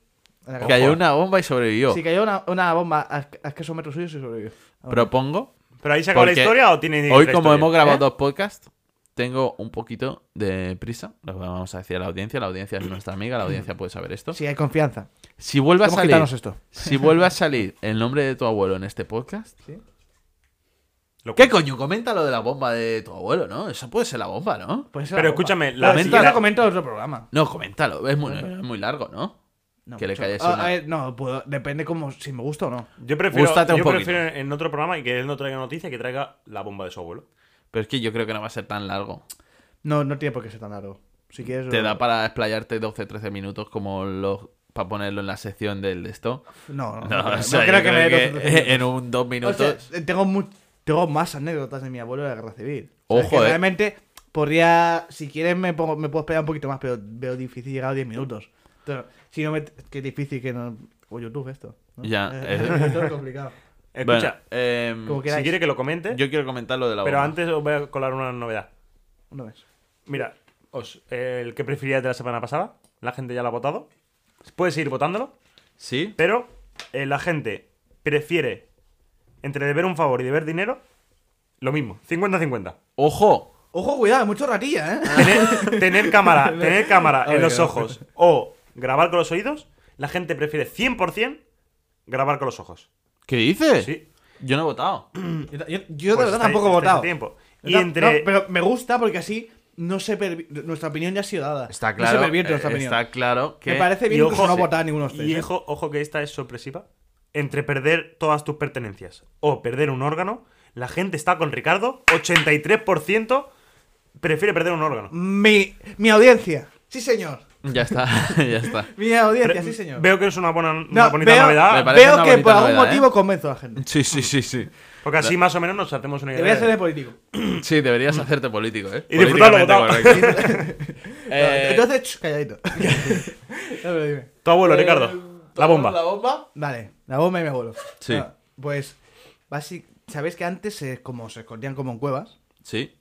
S4: En la cabeza.
S2: Oh. Cayó una bomba y sobrevivió.
S4: Si cayó una, una bomba a, a escasos metros suyos y sobrevivió.
S2: Propongo.
S3: ¿Pero ahí se acabó la
S2: Porque
S3: historia o tiene
S2: Hoy,
S3: otra
S2: como
S3: historia?
S2: hemos grabado
S4: ¿Eh?
S2: dos podcasts, tengo un poquito de prisa. Lo vamos a decir a la audiencia. La audiencia es nuestra amiga. La audiencia puede saber esto.
S4: Si hay confianza.
S2: Si vuelve a
S4: Vamos a
S2: salir,
S4: quitarnos esto.
S2: si vuelve a salir el nombre de tu abuelo en este podcast,
S4: ¿sí?
S3: Lo-
S2: ¿qué coño? Comenta lo de la bomba de tu abuelo, ¿no? Eso puede ser la bomba, ¿no?
S4: Pues esa
S3: Pero
S4: bomba.
S3: escúchame, la
S4: Pero si
S2: venta-
S4: yo lo comento en otro programa.
S2: No, coméntalo. Es muy, es muy largo, ¿no?
S4: No,
S2: Que le
S4: mucho.
S2: calles
S4: Ah,
S2: una.
S4: a ver, no, puedo, depende como si me gusta o no.
S3: Yo prefiero,
S2: Gústate un
S3: yo
S2: poquito.
S3: prefiero en otro programa y que él no traiga noticia, que traiga la bomba de su abuelo.
S2: Pero es que yo creo que no va a ser tan largo.
S4: No, no tiene por qué ser tan largo. Si quieres.
S2: Te
S4: lo-
S2: da para explayarte 12-13 minutos como los para ponerlo en la sección del de esto.
S4: No, no, no,
S2: No,
S4: creo-
S2: o sea,
S4: no
S2: yo
S4: creo que me dé
S2: creo
S4: dos-
S2: que
S4: dos minutos.
S2: en un dos
S4: O
S2: minutos.
S4: sea, eh, tengo, mu- tengo más anécdotas de mi abuelo de la guerra civil. O sea,
S2: Ojo,
S4: es que
S2: eh.
S4: Realmente, podría. Si quieres, me, pongo- me puedo esperar un poquito más, pero veo difícil llegar a 10 minutos. Entonces, si no me. Qué difícil que no. O YouTube, esto. ¿no?
S2: Ya,
S4: Es,
S2: eh.
S4: es todo complicado.
S2: Bueno,
S3: Escucha,
S2: em,
S4: Como
S3: si
S4: que- queráis.
S3: quiere que lo comente,
S2: yo quiero comentar lo de la
S3: pero
S2: bomba.
S3: antes os voy a colar una novedad.
S4: Una vez.
S3: Mira, os, eh, el que preferías de la semana pasada, la gente ya lo ha votado. Puedes seguir votándolo,
S2: ¿Sí?
S3: pero eh, la gente prefiere entre deber un favor y deber dinero lo mismo, 50-50.
S2: ¡Ojo!
S4: Ojo, cuidado, mucho ratilla, ¿eh?
S3: Tener, tener cámara, tener cámara
S4: Ay,
S3: en los
S4: no.
S3: ojos o grabar con los oídos, la gente prefiere 100% grabar con los ojos.
S2: ¿Qué dices?
S3: Sí.
S2: Yo no he votado.
S4: Yo, yo- yo de
S3: Pues
S4: verdad
S3: estáis-
S4: tampoco he
S3: estáis a
S4: votado.
S3: tiempo. Y
S4: No,
S3: entre.
S4: no, pero me gusta porque así no se pervi- nuestra opinión ya ha sido dada.
S2: Está
S4: No
S2: claro.
S4: se pervierte nuestra
S2: eh,
S4: opinión.
S2: está claro que.
S4: Me parece bien
S3: y
S4: incluso
S3: ojo,
S4: no
S3: sí.
S4: votar a ninguno de ustedes.
S3: Y
S4: ¿eh?
S3: ojo, ojo que esta es sorpresiva. Entre perder todas tus pertenencias o perder un órgano, la gente está con Ricardo. 83% prefiere perder un órgano.
S4: Mi, mi audiencia. Sí, señor.
S2: Ya está, ya está.
S4: Mi audiencia,
S3: Pre-
S4: sí, señor.
S3: Veo que es una, buena, una bonita
S4: veo,
S2: Me
S3: novedad.
S2: parece
S4: veo
S2: una
S4: que
S2: bonita
S4: por algún
S2: novedad,
S4: motivo
S2: ¿eh?
S4: convenzo a la gente.
S2: Sí, sí, sí, sí.
S3: Porque así más o menos nos hacemos una idea.
S4: Debería ser
S3: de-
S4: de político.
S2: Sí, deberías hacerte político, ¿eh?
S3: Y disfrutarlo Eh,
S2: Políticamente
S3: votado.
S2: correcto. Eh,
S4: Entonces, ch, calladito. No, pero dime.
S3: Tu abuelo,
S2: eh,
S3: Ricardo. La
S2: ¿La
S3: bomba.
S2: bomba?
S4: Vale, la bomba y mi abuelo.
S2: Sí.
S4: Ah, pues, basi- ¿sabéis que antes se, como, se escondían como en cuevas?
S2: Sí.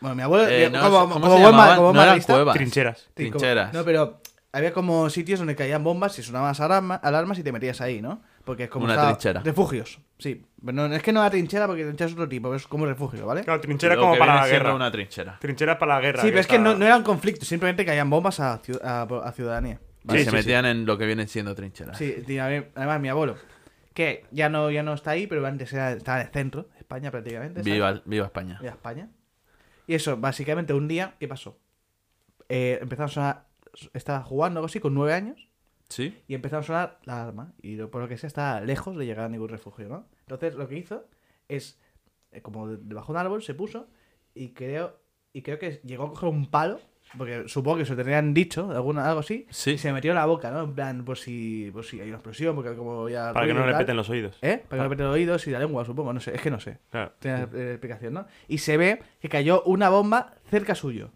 S4: Bueno, mi abuelo,
S2: Eh,
S4: mi-
S2: no,
S4: como,
S2: ¿cómo
S4: como
S2: se
S4: buen ma-
S2: llamaban?
S4: como buen
S2: No eran
S4: marxista-
S2: cuevas.
S3: Trincheras.
S4: Sí, como-
S2: Trincheras.
S4: no, pero había como sitios donde caían bombas y sonaban las alarma- alarmas y te metías ahí, ¿no? Porque es como
S2: Una
S4: estaba-
S2: trinchera.
S4: Refugios, sí. Pero no, es que no era trinchera porque trinchera es otro tipo, pero es como refugio, ¿vale?
S3: Claro, trinchera
S2: Lo
S3: como
S2: que
S3: para
S2: viene
S3: la
S2: siendo
S3: guerra.
S2: una trinchera.
S3: Trincheras para la guerra.
S4: Sí, pero es que
S3: está-
S4: no, no eran conflictos, simplemente caían bombas a, ciu- a- a ciudadanía.
S2: Vale,
S3: Sí,
S2: se
S3: sí,
S2: metían en lo que vienen siendo trincheras.
S4: Sí, y a mí- además mi abuelo, que ya no, ya no está ahí, pero antes era- estaba en el centro, de España prácticamente. ¿sabes?
S2: Viva, viva España.
S4: Era España. Y eso, básicamente un día, ¿qué pasó? Eh, empezaron a sonar, estaba jugando algo así con nueve años
S2: Sí.
S4: y empezaron a sonar la alarma. Y lo- por lo que sea, estaba lejos de llegar a ningún refugio, ¿no? Entonces lo que hizo es, eh, como de- debajo de un árbol, se puso y creo, y creo que llegó a coger un palo, porque supongo que se lo tenían dicho, alguna, algo así,
S2: Sí.
S4: y se metió en la boca, ¿no? En plan, por si, por si hay una explosión, porque como ya...
S3: Para que no le peten
S4: peten
S3: los oídos.
S4: ¿Eh? Para que no le peten los oídos y la lengua, supongo, no sé, es que no sé.
S3: Claro.
S4: Tiene la explicación, ¿no? Y se ve que cayó una bomba cerca suyo.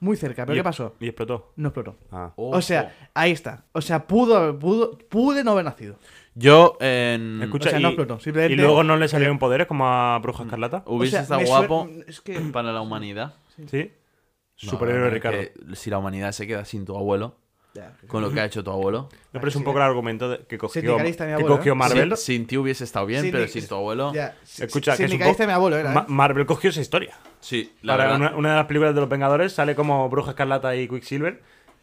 S4: Muy cerca. ¿Pero
S3: Y-
S4: qué pasó?
S3: Y explotó.
S4: No explotó.
S3: Ah.
S4: O sea, ahí está. O sea, pudo, pudo, pude no haber nacido.
S2: Yo en.
S3: Escucha,
S4: Mm. O sea,
S3: y,
S4: no explotó, simplemente-
S3: y luego no le salieron poderes como a
S2: Mm.
S3: Bruja Escarlata.
S2: Hubiese
S4: O sea,
S2: estado
S4: me
S2: guapo
S4: suena- es que-
S2: para la humanidad.
S3: Sí.
S2: No,
S3: Superhéroe
S2: la verdad
S3: Ricardo.
S2: es que si la humanidad se queda sin tu abuelo,
S4: Ya.
S2: con lo que ha hecho tu abuelo.
S3: No, pero es un poco el argumento de- que cogió,
S4: Sindicalista, mi
S3: que
S4: abuelo,
S3: cogió
S4: ¿eh?
S3: Marvel.
S2: Sin, sin ti hubiese estado bien,
S4: Sí,
S2: pero
S4: ni-
S2: sin tu abuelo.
S4: Ya, si-
S3: Escucha,
S4: si-
S3: que es un
S4: sindicalista
S3: poco-
S4: mi abuelo, era. ¿eh?
S3: Ma- Marvel cogió esa historia.
S2: Sí, la
S3: Para
S2: verdad.
S3: una, una de las películas de los Vengadores sale como Bruja Escarlata y Quicksilver.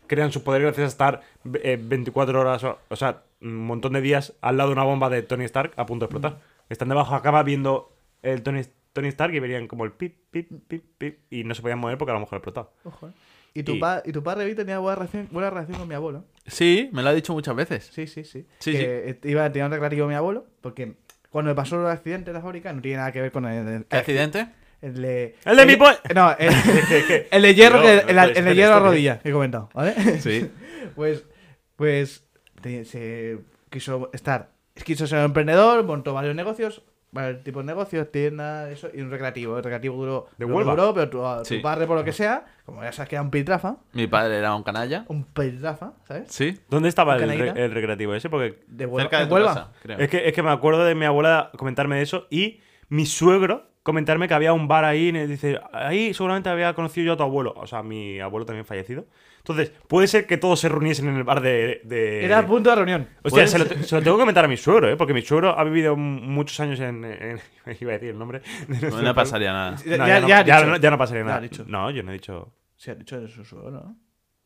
S3: Crean sus poderes gracias a estar eh, 24 horas, o, o sea, un montón de días al lado de una bomba de Tony Stark a punto de explotar.
S2: Mm.
S3: Están debajo de la cama viendo el Tony, Tony Stark y verían como el pip, pip, pip, pip. Y no se podían mover porque a lo mejor explotaba.
S4: Ojo, ¿eh? Y tu
S3: Y-
S4: pa, y tu pa Revit tenía buena relación, buena relación con mi abuelo.
S2: Sí, me lo ha dicho muchas veces.
S4: Sí, sí, sí.
S2: Sí,
S4: que eh, iba a tener un reclarico mi abuelo, porque cuando me pasó el accidente en la fábrica no tiene nada que ver con el, el-
S2: ¿Qué accidente?
S4: el de...
S3: ¡El de mi
S4: hie-
S3: pue-
S4: No, el,
S3: que-
S4: el de hierro,
S3: No,
S4: que-
S3: no
S4: el,
S3: puede
S4: el de
S3: ser
S4: hierro a
S3: esto, que-
S4: rodilla, que he comentado, ¿vale?
S2: Sí.
S4: Pues, pues te- se quiso estar, quiso ser un emprendedor, montó varios negocios, varios tipos de negocios, tiendas, eso, y un recreativo. El recreativo duró,
S3: De
S4: duró,
S3: Huelva.
S4: duró, pero tu,
S2: Sí.
S4: tu padre, por lo que sea, como ya sabes que era un piltrafa,
S2: Mi padre era un canalla.
S4: un piltrafa, ¿sabes?
S2: Sí.
S3: ¿Dónde estaba
S4: ¿Un
S3: el,
S4: canaíta?
S3: re- el recreativo ese? Porque
S4: De Huelva.
S2: Cerca de
S4: en
S2: tu
S4: Huelva.
S2: casa, creo.
S3: es que, es que me acuerdo de mi abuela comentarme eso y mi suegro comentarme que había un bar ahí y me dice, ahí seguramente había conocido yo a tu abuelo, o sea, mi abuelo también fallecido. Entonces, puede ser que todos se reuniesen en el bar de... de-
S2: Eh.
S4: Era el punto de reunión.
S3: Hostia,
S2: puede
S3: se lo, se lo tengo que comentar a mi suegro, ¿eh? porque mi suegro ha vivido m- muchos años en... en- iba a decir el nombre.
S2: No le pasaría nada.
S3: No,
S4: Ya-
S3: ya, no,
S4: ya ha
S3: ya
S4: dicho.
S3: no- ya no pasaría
S4: Ya
S3: nada.
S4: ha dicho.
S3: No, yo no he dicho...
S4: Se ha dicho de su suegro, ¿no?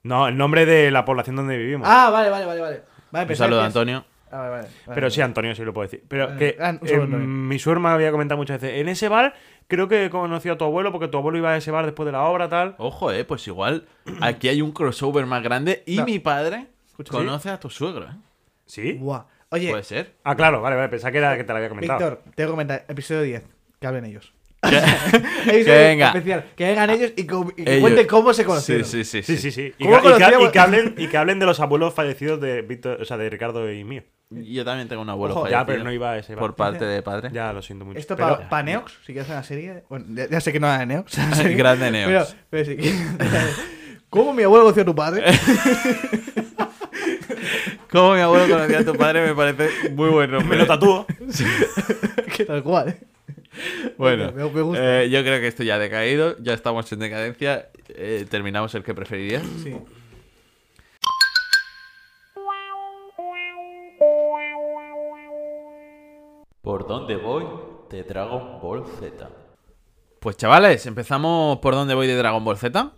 S3: No, el nombre de la población donde vivimos.
S4: Ah, vale, vale, vale, vale. Vale,
S2: Un
S4: pensaba
S2: saludo
S4: que-
S2: a Antonio.
S4: Ah, vale, vale, vale.
S3: Pero sí, Antonio sí lo puedo decir. Pero
S4: Vale,
S3: que
S4: vale. Ah, un
S3: eh,
S4: segundo, Antonio.
S3: mi suegro me había comentado muchas veces, en ese bar creo que conocí a tu abuelo porque tu abuelo iba a ese bar después de la obra, tal.
S2: Ojo, eh, pues igual aquí hay un crossover más grande y
S4: No.
S2: mi padre
S4: Escucha,
S2: conoce a tu suegro, ¿eh?
S3: ¿Sí?
S4: Buah. Oye,
S2: Puede ser.
S3: Ah, claro, vale, vale, pensaba que, era, que te lo había comentado.
S4: Víctor, te voy a comentar, episodio 10, que hablen ellos.
S2: Que venga.
S4: Especial, que vengan ellos y, co- y que
S2: Ellos-
S4: cuenten cómo se conocieron.
S2: Sí, sí, sí.
S3: Sí, sí,
S2: sí.
S3: sí. Y,
S4: ¿Cómo
S3: que- y que,
S4: conocíamos?
S3: y que hablen, y que hablen de los abuelos fallecidos de Víctor, o sea, de Ricardo y mío.
S2: Yo también tengo un abuelo
S4: Ojo,
S3: ya,
S2: fallecido
S3: pero no iba a ese bar.
S2: Por parte de padre.
S3: Ya, lo siento mucho.
S4: Esto
S3: Pero-
S4: para Neox, si quieres hacer una serie. Bueno, ya, ya sé que no era de Neox.
S2: Grande Neox.
S4: Pero, pero sí. ¿Cómo mi abuelo conoció a tu padre?
S2: Como mi abuelo conocía a tu padre me parece muy bueno.
S3: Me lo tatúo.
S4: que tal cual.
S2: Bueno,
S4: Me- me gusta.
S2: eh, yo creo que esto ya ha decaído, ya estamos en decadencia. eh, terminamos el que preferirías.
S4: Sí.
S1: ¿Por dónde voy? De Dragon Ball Z.
S2: Pues chavales, empezamos por donde voy de Dragon Ball Z.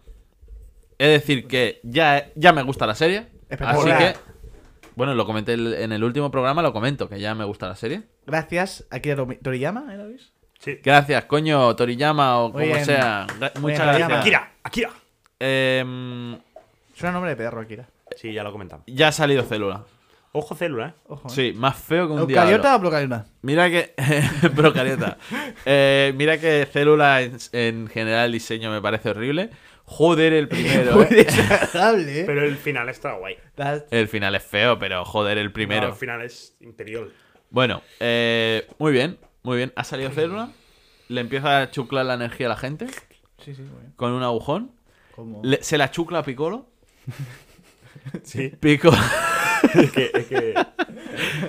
S2: Es decir, que ya, ya me gusta la serie. Así
S4: Espectacular.
S2: que, bueno, lo comenté el- en el último programa, lo comento, que ya me gusta la serie.
S4: Gracias a Kira Tori- Toriyama, ¿eh, lo veis?
S3: Sí.
S2: Gracias, coño, Toriyama o
S4: Muy
S2: como
S4: bien.
S2: sea. Gra- Muchas
S4: Toriyama.
S2: gracias.
S3: Akira, Akira.
S2: Em,
S4: Suena nombre de perro, Akira.
S3: Sí, ya lo comentamos.
S2: ya ha salido célula.
S3: Ojo célula, ¿eh?
S4: Ojo. ¿eh?
S2: Sí, más feo que un diablo.
S4: ¿Eucariota o procariota?
S2: Mira que. Procariota. Eh, mira que célula en, en general el diseño me parece horrible. Joder, el primero.
S4: Muy
S2: eh.
S4: desagradable, ¿eh?
S3: Pero el final está guay.
S4: Tal-
S2: El final es feo, pero joder, el primero.
S3: No, el final es interior.
S2: Bueno, eh, muy bien, muy bien. Ha salido célula. Le empieza a chuclar la energía a la gente
S4: Sí, sí, muy bien.
S2: con un agujón.
S4: Como-
S2: Le- se la chucla a Piccolo.
S3: Sí.
S2: Pico.
S3: Es que, es que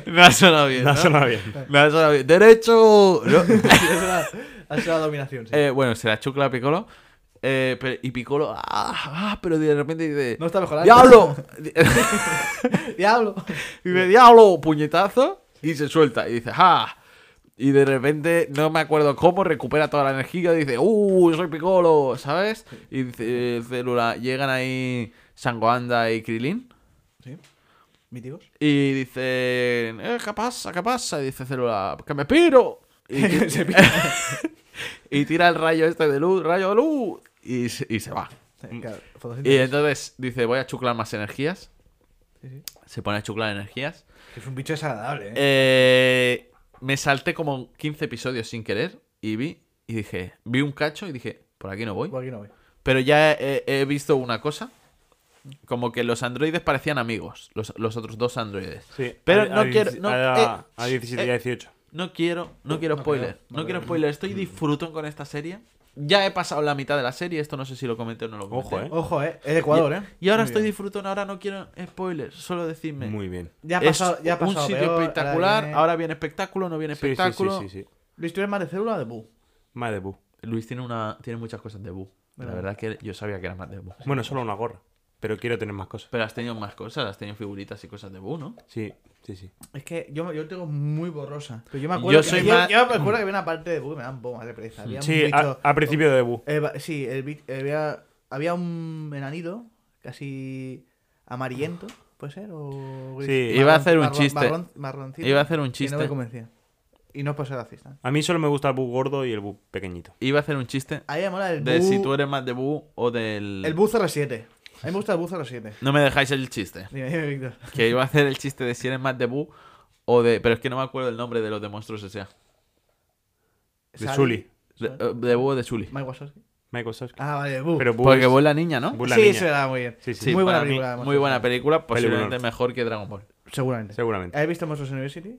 S2: no ha sonado bien.
S3: no
S2: No,
S3: ha sonado bien.
S4: Eh.
S2: No ha sonado bien. ¡Derecho! No.
S4: Ha sido la- ha sido la dominación, sí.
S2: Eh, bueno, se la chucla a Piccolo. eh, pero- y Piccolo. Ah, ah, pero de repente dice.
S4: No está mejorando.
S2: ¡Diablo!
S4: ¡Diablo!
S2: Y dice, diablo, puñetazo. Y se suelta. Y dice, ¡ah! Y de repente, no me acuerdo cómo, recupera toda la energía. Y dice, ¡uh! Soy Piccolo, ¿sabes? Y dice, eh, Célula, llegan ahí Sangoanda y Krilin.
S4: Sí. Míticos.
S2: Y dicen, eh, ¿qué pasa? ¿Qué pasa? Y dice Célula, ¡que me piro! Y,
S4: Se pica.
S2: y tira el rayo este de luz, rayo de luz. Y, se- y se va.
S4: Sí, claro,
S2: Mm. Y
S4: fotosíntesis.
S2: entonces dice, voy a chuclar más energías.
S4: Sí, sí.
S2: Se pone a chuclar energías.
S4: Que Es un bicho desagradable, ¿eh?
S2: Eh, me salté como 15 episodios sin querer y vi, y dije, vi un cacho y dije, por aquí no voy.
S4: Por aquí no voy.
S2: Pero ya he, he visto una cosa, como que los androides parecían amigos, los, los otros dos androides.
S3: Sí.
S2: Pero
S3: a-
S2: no
S3: a dieci-
S2: quiero- no,
S3: a,
S2: eh,
S3: a 17 y
S2: eh.
S3: a 18.
S2: No quiero, no quiero
S4: no
S2: spoiler,
S4: creo,
S3: Mm.
S2: no quiero spoiler, estoy disfrutón con esta serie. Ya he pasado la mitad de la serie, esto no sé si lo comenté o no lo comenté.
S3: Ojo, ¿eh?
S4: Ojo, eh. Es de Ecuador, eh.
S2: Y ahora
S4: Muy
S2: estoy
S4: bien.
S2: disfrutando, ahora no quiero spoilers, solo decidme.
S3: Muy bien.
S4: Ya ha
S2: Es
S4: pasado, ya ha pasado.
S2: un sitio
S4: peor, ahora
S2: espectacular, ahora
S4: viene-
S2: viene... espectáculo, no viene
S3: Sí, sí, sí,
S2: espectáculo.
S3: sí, sí.
S4: Luis, ¿tú eres más de célula o de bu?
S3: Más de bu.
S2: Luis tiene una tiene muchas cosas de Bu. La
S4: Verdad.
S2: verdad es que yo sabía que era más de Bu.
S3: Bueno, solo una gorra. Pero quiero tener más cosas.
S2: Pero has tenido más cosas, has tenido figuritas y cosas de Bu, ¿no?
S3: Sí, sí, sí.
S4: Es que yo, yo tengo muy borrosa. Pero yo me acuerdo,
S2: Yo
S4: que,
S2: soy
S4: yo,
S2: más-
S4: yo me acuerdo que había una parte de bu que me dan bombas de pereza. Había un
S3: Sí, a-
S4: bicho-
S3: al principio de bu.
S4: Eh, va- sí, el bit- había, había un enanito casi amarillento, puede ser, o...
S3: Sí.
S4: gris-
S2: Iba a hacer un
S4: marrón-
S2: chiste.
S4: marrón- marroncito.
S2: Iba a hacer un
S4: Y no
S2: chiste.
S4: me convencía. Y no puedo ser racista.
S3: A mí solo me gusta el bu gordo y el bu pequeñito.
S2: Iba a hacer un chiste
S4: A mí me mola Ah, el
S2: de
S4: bu...
S2: si tú eres más de Bu o del...
S4: El bu 07. A mí me gusta el bu 07.
S2: No me dejáis el chiste.
S4: Dime, dime, Víctor.
S2: Que iba a hacer el chiste de si eres más de Bu o de... Pero es que no me acuerdo el nombre de los de monstruos S.A.
S3: De
S4: Sally.
S3: Sully.
S2: De, eh, de Bu o de Sully.
S4: Mike Wazowski.
S3: Michael Sosky.
S4: Ah, vale, el bu.
S3: Pero bu
S2: Porque
S3: es-
S2: Bu es la niña, ¿no?
S3: Bu es la
S4: sí,
S3: niña.
S4: se da muy bien.
S3: Sí, sí.
S2: Sí,
S4: muy buena
S2: para mí,
S4: película, además,
S2: muy buena
S4: sí.
S2: película, posiblemente
S3: Peliculón.
S2: mejor que Dragon Ball.
S4: Seguramente.
S3: Seguramente.
S4: ¿Habéis visto Monsters University?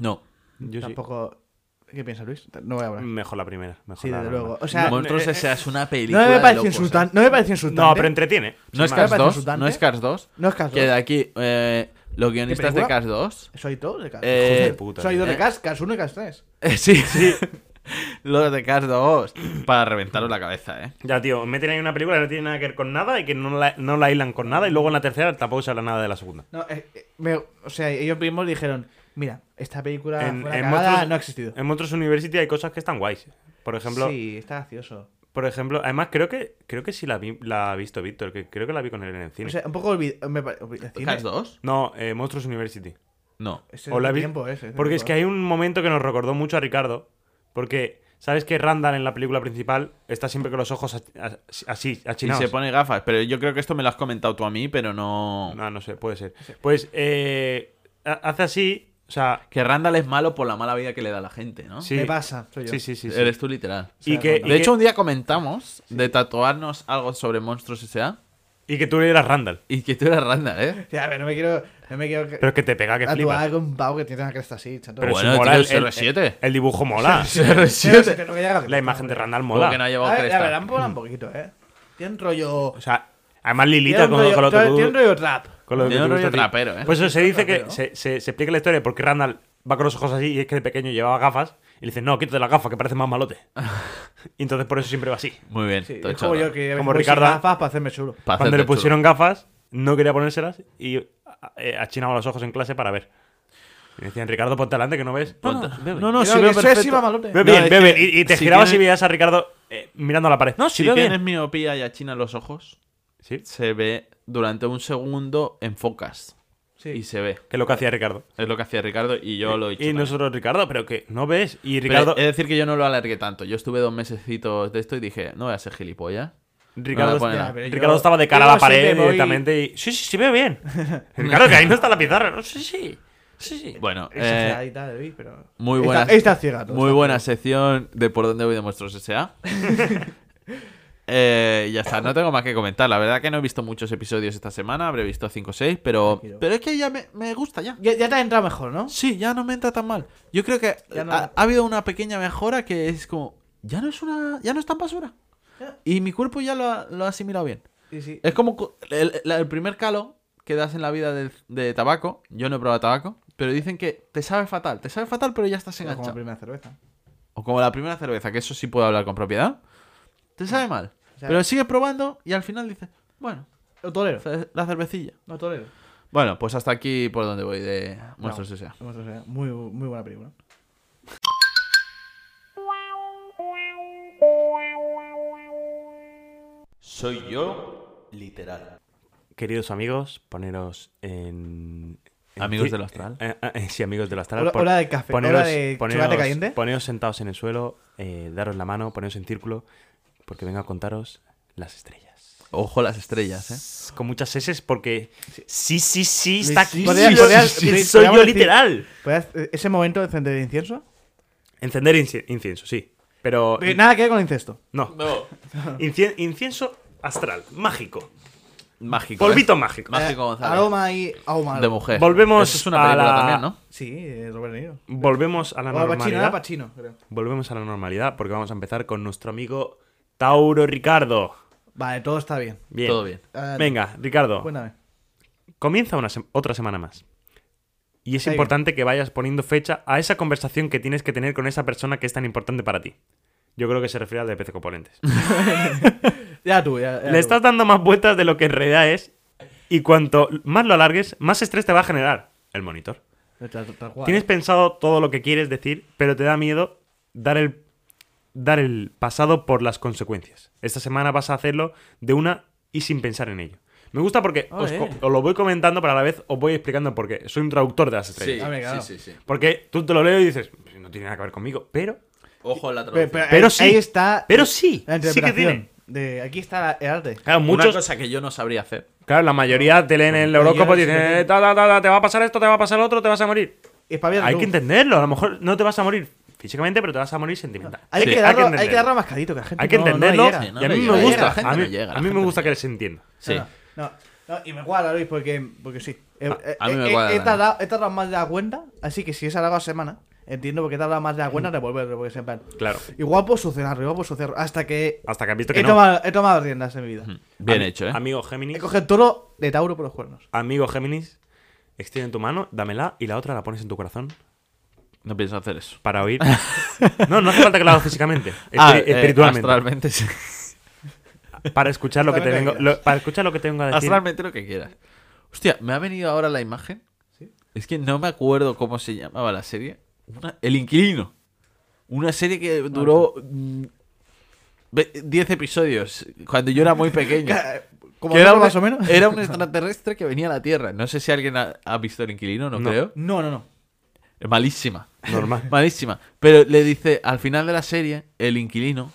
S2: No.
S3: Yo sí.
S4: Eh, Tampoco... ¿Qué piensa Luis? No voy a hablar.
S2: Mm,
S3: Mejor la primera. Mejor
S4: Sí,
S3: la-
S4: desde
S3: la-
S4: luego. O sea,
S2: Monstruos
S3: eh,
S2: S.A. es una película.
S4: no me
S2: de
S4: parece
S2: locos,
S4: insultante.
S2: ¿eh?
S4: No me parece insultante.
S3: No, pero entretiene.
S2: No es
S4: Me
S2: Cars
S4: parece
S2: 2.
S4: insultante.
S2: No es Cars 2.
S4: No es caso.
S2: Que de aquí, eh, los guionistas de
S4: película?
S2: Cars 2.
S4: Soy todo de Cars.
S2: Eh,
S3: Hijos de puta,
S4: Soy
S3: tío.
S4: dos de
S2: eh.
S4: Cars, Cars 1 y Cars 3.
S2: eh, sí, sí. los de Cars 2. Para reventaros la cabeza, ¿eh?
S3: Ya, tío, meten ahí una película que no tiene nada que ver con nada y que no la, no la hilan con nada y luego en la tercera tampoco se habla nada de la segunda.
S4: No, eh, eh, me- o sea, ellos mismos dijeron, mira, esta película
S3: En-
S4: fue una
S3: en
S4: cagada,
S3: Monstruos-
S4: no ha existido.
S3: En Monstruos University hay cosas que están guays. Por ejemplo,
S4: sí, está gracioso.
S3: por ejemplo además creo que creo que sí la, vi- la ha visto Víctor, que creo que la vi con él en el cine.
S4: O sea, un poco olvidado. Me pare- olvi- cine.
S2: ¿Cars 2?
S3: no, eh, Monstruos University.
S2: No.
S4: Ese
S3: O la vi-
S4: tiempo ese. ese
S3: Porque es
S4: tiempo.
S3: que hay un momento que nos recordó mucho a Ricardo. Porque, ¿sabes que Randall en la película principal está siempre con los ojos ach- ach- así,
S2: Y
S3: achinados?
S2: se pone gafas. Pero yo creo que esto me lo has comentado tú a mí, pero no.
S3: No, no sé, puede ser. Pues eh, ha- hace así, o sea...
S2: Que Randall es malo por la mala vida que le da a la gente, ¿no?
S3: Sí,
S4: Me pasa, soy yo.
S3: Sí, sí, sí. sí.
S2: Eres tú literal.
S3: Y
S4: O sea,
S3: que, y
S4: Randall.
S2: De
S3: que-
S2: hecho, un día comentamos de tatuarnos algo sobre monstruos S.A.
S3: y que tú eras Randall.
S2: Y que tú eras Randall, ¿eh?
S4: O sea, a ver, no me quiero. No me quiero
S3: Pero es que te pega que flipas.
S4: tatuar con un pavo que tiene una cresta así, chato.
S3: Pero
S2: Bueno,
S3: si mola
S2: tío,
S3: el, el-
S2: CR7.
S3: el dibujo mola.
S4: Pero si te lo que llega-
S3: La imagen de Randall
S2: Como que no ha
S3: mola.
S2: llevado
S4: A ver,
S2: cresta.
S4: la verdad, mola un poquito, eh. Tiene un rollo.
S3: O sea, además
S4: Tiene
S3: Lilita
S4: un
S3: con, con
S4: rollo-
S3: lo que tú-
S4: tiene un rollo trap.
S3: con lo que
S2: Tiene
S3: te
S2: un rollo
S3: gusta a ti.
S2: rapero, ¿eh?
S3: Pues eso se dice que
S4: rapero.
S3: se, se- se explica la historia de por qué Randall va con los ojos así y es que de pequeño llevaba gafas y le dicen, no, quítate las gafas que pareces más malote. y entonces por eso siempre va así.
S2: Muy bien.
S4: Sí,
S2: todo
S4: es como
S2: chato.
S4: yo que a veces
S3: Como
S4: voy sin
S3: Ricardo.
S4: gafas para hacerme chulo.
S2: Pa'
S3: Cuando
S2: hacerte
S3: le
S2: chulo.
S3: pusieron gafas, no quería ponérselas y eh, achinaba los ojos en clase para ver. Y decían, Ricardo, ponte adelante que no ves. No,
S2: Ponte-
S3: no,
S2: No, no,
S4: Mira
S2: si
S4: que
S2: veo
S4: soy
S2: perfecto.
S4: así, mamalote.
S3: Ve
S2: No,
S3: bien,
S2: es
S3: ve
S2: que
S3: bien. Y, y te
S2: si
S3: girabas y
S2: tiene-
S3: veías a Ricardo eh, mirando a la pared. No, sí,
S2: Si
S3: veo
S2: tienes
S3: bien.
S2: miopía y achinas los ojos,
S3: Sí,
S2: se ve durante un segundo enfocas.
S4: Sí.
S2: Y se ve.
S3: que es lo que hacía Ricardo.
S2: Es lo que hacía Ricardo y yo lo he dicho.
S3: Y nosotros, Ricardo, pero que no ves. Y Ricardo,
S2: es decir, que yo no lo alargué tanto. Yo estuve dos mesecitos de esto y dije, no voy a ser gilipollas.
S3: Ricardo,
S2: no, Ah, bueno,
S4: Ya, pero yo-
S3: Ricardo estaba de cara a
S4: yo
S3: la pared
S4: siempre voy-
S3: directamente y. Sí, sí, sí, veo bien. Ricardo, que ahí no está la pizarra. No, sí, sí. Sí, sí.
S2: Bueno, eh,
S4: Exageradita de Luis, pero.
S2: muy buena,
S4: Está, está ciega. todo,
S2: muy
S4: está
S2: buena sección de por dónde voy de Monstruos S.A. Eh, ya está, no tengo más que comentar. La verdad que no he visto muchos episodios esta semana, habré visto 5 o 6, pero,
S4: Tranquilo.
S2: pero es que ya me, me gusta ya.
S4: ciega. Ya, ya te has entrado mejor, ¿no?
S2: Sí, ya no me entra tan mal. Yo creo que
S4: Ya no-
S2: ha, ha habido una pequeña mejora que es como. Ya no es una. Ya no es tan basura.
S4: Ya.
S2: Y mi cuerpo ya lo ha, lo ha asimilado bien.
S4: Sí, sí.
S2: Es como cu- el, el- el primer calo que das en la vida de, de tabaco. Yo no he probado tabaco. Pero dicen que te sabe fatal. Te sabe fatal, pero ya estás
S4: Como la
S2: enganchado.
S4: primera cerveza.
S2: o como la primera cerveza, que eso sí puedo hablar con propiedad. Te sabe mal.
S4: sea-
S2: pero sigues probando y al final dices, bueno,
S4: No tolero.
S2: ce- la cervecilla.
S4: No tolero.
S2: Bueno, pues hasta aquí por donde voy de Monstruos
S4: No,
S2: S.A.
S4: Monstruos S.A. Muy, muy buena película.
S1: Soy yo, literal.
S3: Queridos amigos, poneros en. en-
S2: Amigos del astral.
S3: Eh, eh, eh, sí, amigos del astral.
S4: Hola-
S3: Pon-
S4: hola de café, hola de chocolate caliente.
S3: Poneros sentados en el suelo, eh, daros la mano, poneros en círculo, porque vengo a contaros las estrellas.
S2: Ojo las estrellas, ¿eh?
S3: Con muchas S porque. Sí, sí, sí, está
S4: Sí,
S3: aquí.
S4: podrías-
S3: Sí,
S4: podrías-
S3: sí,
S4: podrías-
S3: soy yo
S4: podríamos decir-
S3: literal.
S4: ¿Puedes hacer Pues, eh, ese momento de encender incienso?
S3: Encender inci- incienso, sí. Pero.
S4: Eh, Nada que ver con incesto.
S3: No. Incien- incienso astral, mágico.
S2: Mágico. ¿eh?
S3: Polvito mágico.
S2: Mágico
S4: Eh,
S2: González.
S4: Aroma y ahumado.
S2: De mujer.
S3: Volvemos
S2: Eso es una
S3: a
S2: película
S3: la-
S2: también, ¿no?
S4: Sí, eh, Robert De Niro.
S3: Volvemos a la
S4: O Pachino, era
S3: normalidad.
S4: Pachino, creo.
S3: Volvemos a la normalidad porque vamos a empezar con nuestro amigo Tauro Ricardo.
S4: Vale, todo está bien.
S3: Bien.
S2: Todo bien.
S4: Ah,
S3: Venga,
S2: Oh.
S3: Ricardo,
S4: Cuéntame.
S3: comienza una se- otra semana más. Y es
S4: Venga.
S3: importante que vayas poniendo fecha a esa conversación que tienes que tener con esa persona que es tan importante para ti. Yo creo que se refiere al de PC Componentes.
S4: Ya tú, ya. ya
S3: Le
S4: tú.
S3: estás dando más vueltas de lo que en realidad es y cuanto más lo alargues, más estrés te va a generar el monitor.
S4: Tal- tal cual.
S3: Tienes pensado todo lo que quieres decir, pero te da miedo dar el, dar el pasado por las consecuencias. Esta semana vas a hacerlo de una y sin pensar en ello. Me gusta porque os,
S4: Ole.
S3: co- os lo voy comentando, pero a la vez os voy explicando por qué. Soy un traductor de las
S2: Sí,
S3: estrellas.
S4: Ah, venga,
S2: sí, sí, sí.
S3: Porque tú te lo leo y dices, "Pues no tiene nada que ver conmigo, pero...
S2: Ojo a la
S4: Pero,
S2: traducción.
S4: pero
S3: Pero
S4: ahí,
S3: sí.
S4: ahí está.
S3: Pero sí,
S4: La
S3: sí que
S4: interpretación.
S3: tiene. Ah,
S4: de, aquí está la- el arte.
S3: Claro,
S2: Muchas
S3: muchos,
S2: cosa que yo no sabría hacer.
S3: claro la mayoría te leen el
S4: Yo
S3: horóscopo y
S4: sí
S3: dicen,
S4: que-
S3: "Eh, ta, ta, ta, ta, te va a pasar esto, te va a pasar lo otro, te vas a morir.
S4: Y espabila
S3: Hay
S4: tú.
S3: que entenderlo, a lo mejor no te vas a morir físicamente, pero te vas a morir sentimental.
S4: Hay,
S2: Sí,
S4: que
S2: hay
S4: darlo, hay, que
S3: entenderlo.
S4: darlo más carito, que la gente
S3: Hay que
S4: no- no le
S3: entenderlo.
S4: llega.
S2: Sí, no
S3: y a
S2: le
S3: mí
S2: llega,
S3: me
S2: la
S3: gusta.
S2: gente
S3: a mí,
S2: no llega, la
S3: a mí me
S2: gente
S3: gusta
S2: no
S3: que les entienda.
S2: Sí.
S4: No, no, no, y me cuadra, Luis, porque, porque sí. He-
S3: Ah,
S2: A-
S4: he-
S2: a mí me
S4: he-
S2: cuadra
S4: He,
S2: también.
S4: tardado, he tardado más de la cuenta, así que si es a la semana, entiendo por qué he tardado más de la cuenta en revolverlo, porque es en plan.
S3: Claro.
S4: Igual puedo solucionarlo, igual puedo solucionarlo, hasta que,
S3: Hasta que has visto que
S4: he,
S3: no.
S4: tomado, he tomado riendas en mi vida.
S2: Bien
S3: Am-
S2: hecho, ¿eh?
S3: Amigo Géminis.
S4: He cogido el toro de Tauro por los cuernos.
S3: Amigo Géminis. Extiende tu mano, dámela y la otra la pones en tu corazón
S2: No pienso hacer eso.
S3: para oír. No, no hace falta que lo hagas físicamente. espiri-
S2: Ah, eh,
S3: espiritualmente.
S2: astralmente, sí.
S3: para escuchar lo que te
S4: Astralmente
S3: vengo.
S4: lo que quieras.
S3: lo- para escuchar lo que te vengo a decir.
S2: Astralmente lo que quieras. Hostia, me ha venido ahora la imagen.
S4: ¿Sí?
S2: Es que no me acuerdo cómo se llamaba la serie. Una- El Inquilino. Una serie que duró mm, ve- 10 episodios cuando yo era muy pequeño.
S4: Como
S2: Que era
S4: era
S2: un-
S4: más o menos.
S2: Era un extraterrestre que venía a la Tierra. No sé si alguien ha, ha visto El Inquilino, no,
S3: No.
S2: creo.
S4: No, no, no.
S2: Es malísima.
S3: Normal.
S2: Malísima. Pero le dice, al final de la serie, el inquilino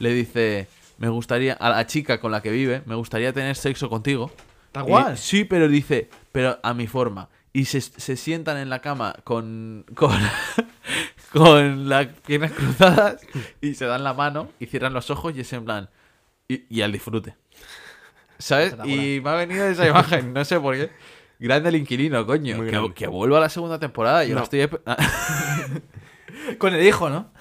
S2: le dice, me gustaría, a la chica con la que vive, me gustaría tener sexo contigo.
S4: Tal
S2: Y-
S4: cual.
S2: Sí, pero dice, pero a mi forma. Y se, se sientan en la cama con, con, con las piernas cruzadas y se dan la mano y cierran los ojos y es en plan, y, y al disfrute. ¿Sabes? Y me ha venido esa imagen, no sé por qué. Grande el inquilino, coño.
S3: Muy
S2: Que,
S3: grande.
S2: que vuelva a la segunda temporada. Yo la
S3: No.
S2: estoy espe-
S4: Con el hijo, ¿no?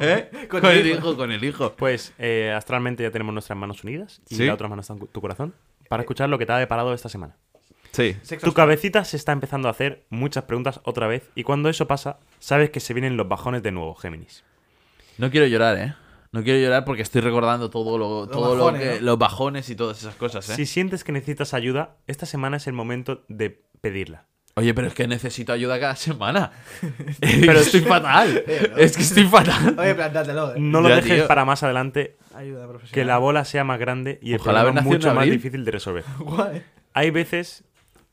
S2: ¿Eh? Con, el, hijo. con el hijo.
S3: Pues eh, astralmente ya tenemos nuestras manos unidas y
S2: ¿Sí?
S3: la otra mano está en cu- tu corazón. Para escuchar lo que te ha deparado esta semana.
S2: Sí.
S4: Sexo
S3: Tu cabecita se está empezando a hacer muchas preguntas otra vez y cuando eso pasa, sabes que se vienen los bajones de nuevo, Géminis.
S2: No quiero llorar, ¿eh? No quiero llorar porque estoy recordando todo lo, todo lo
S4: bajones,
S2: que,
S4: ¿no?
S2: los bajones y todas esas cosas, ¿eh?
S3: Si sientes que necesitas ayuda, esta semana es el momento de pedirla.
S2: Oye, pero es que necesito ayuda cada semana. pero estoy fatal. Es que estoy fatal.
S4: Oye, plantátelo, eh.
S3: No lo
S2: Ya,
S3: dejes
S2: tío.
S3: para más adelante,
S4: Ayuda profesional.
S3: que la bola sea más grande y el
S2: Ojalá haber
S3: problema
S2: nacido en
S3: mucho más
S2: abril.
S3: difícil de resolver.
S4: Guay.
S3: Hay veces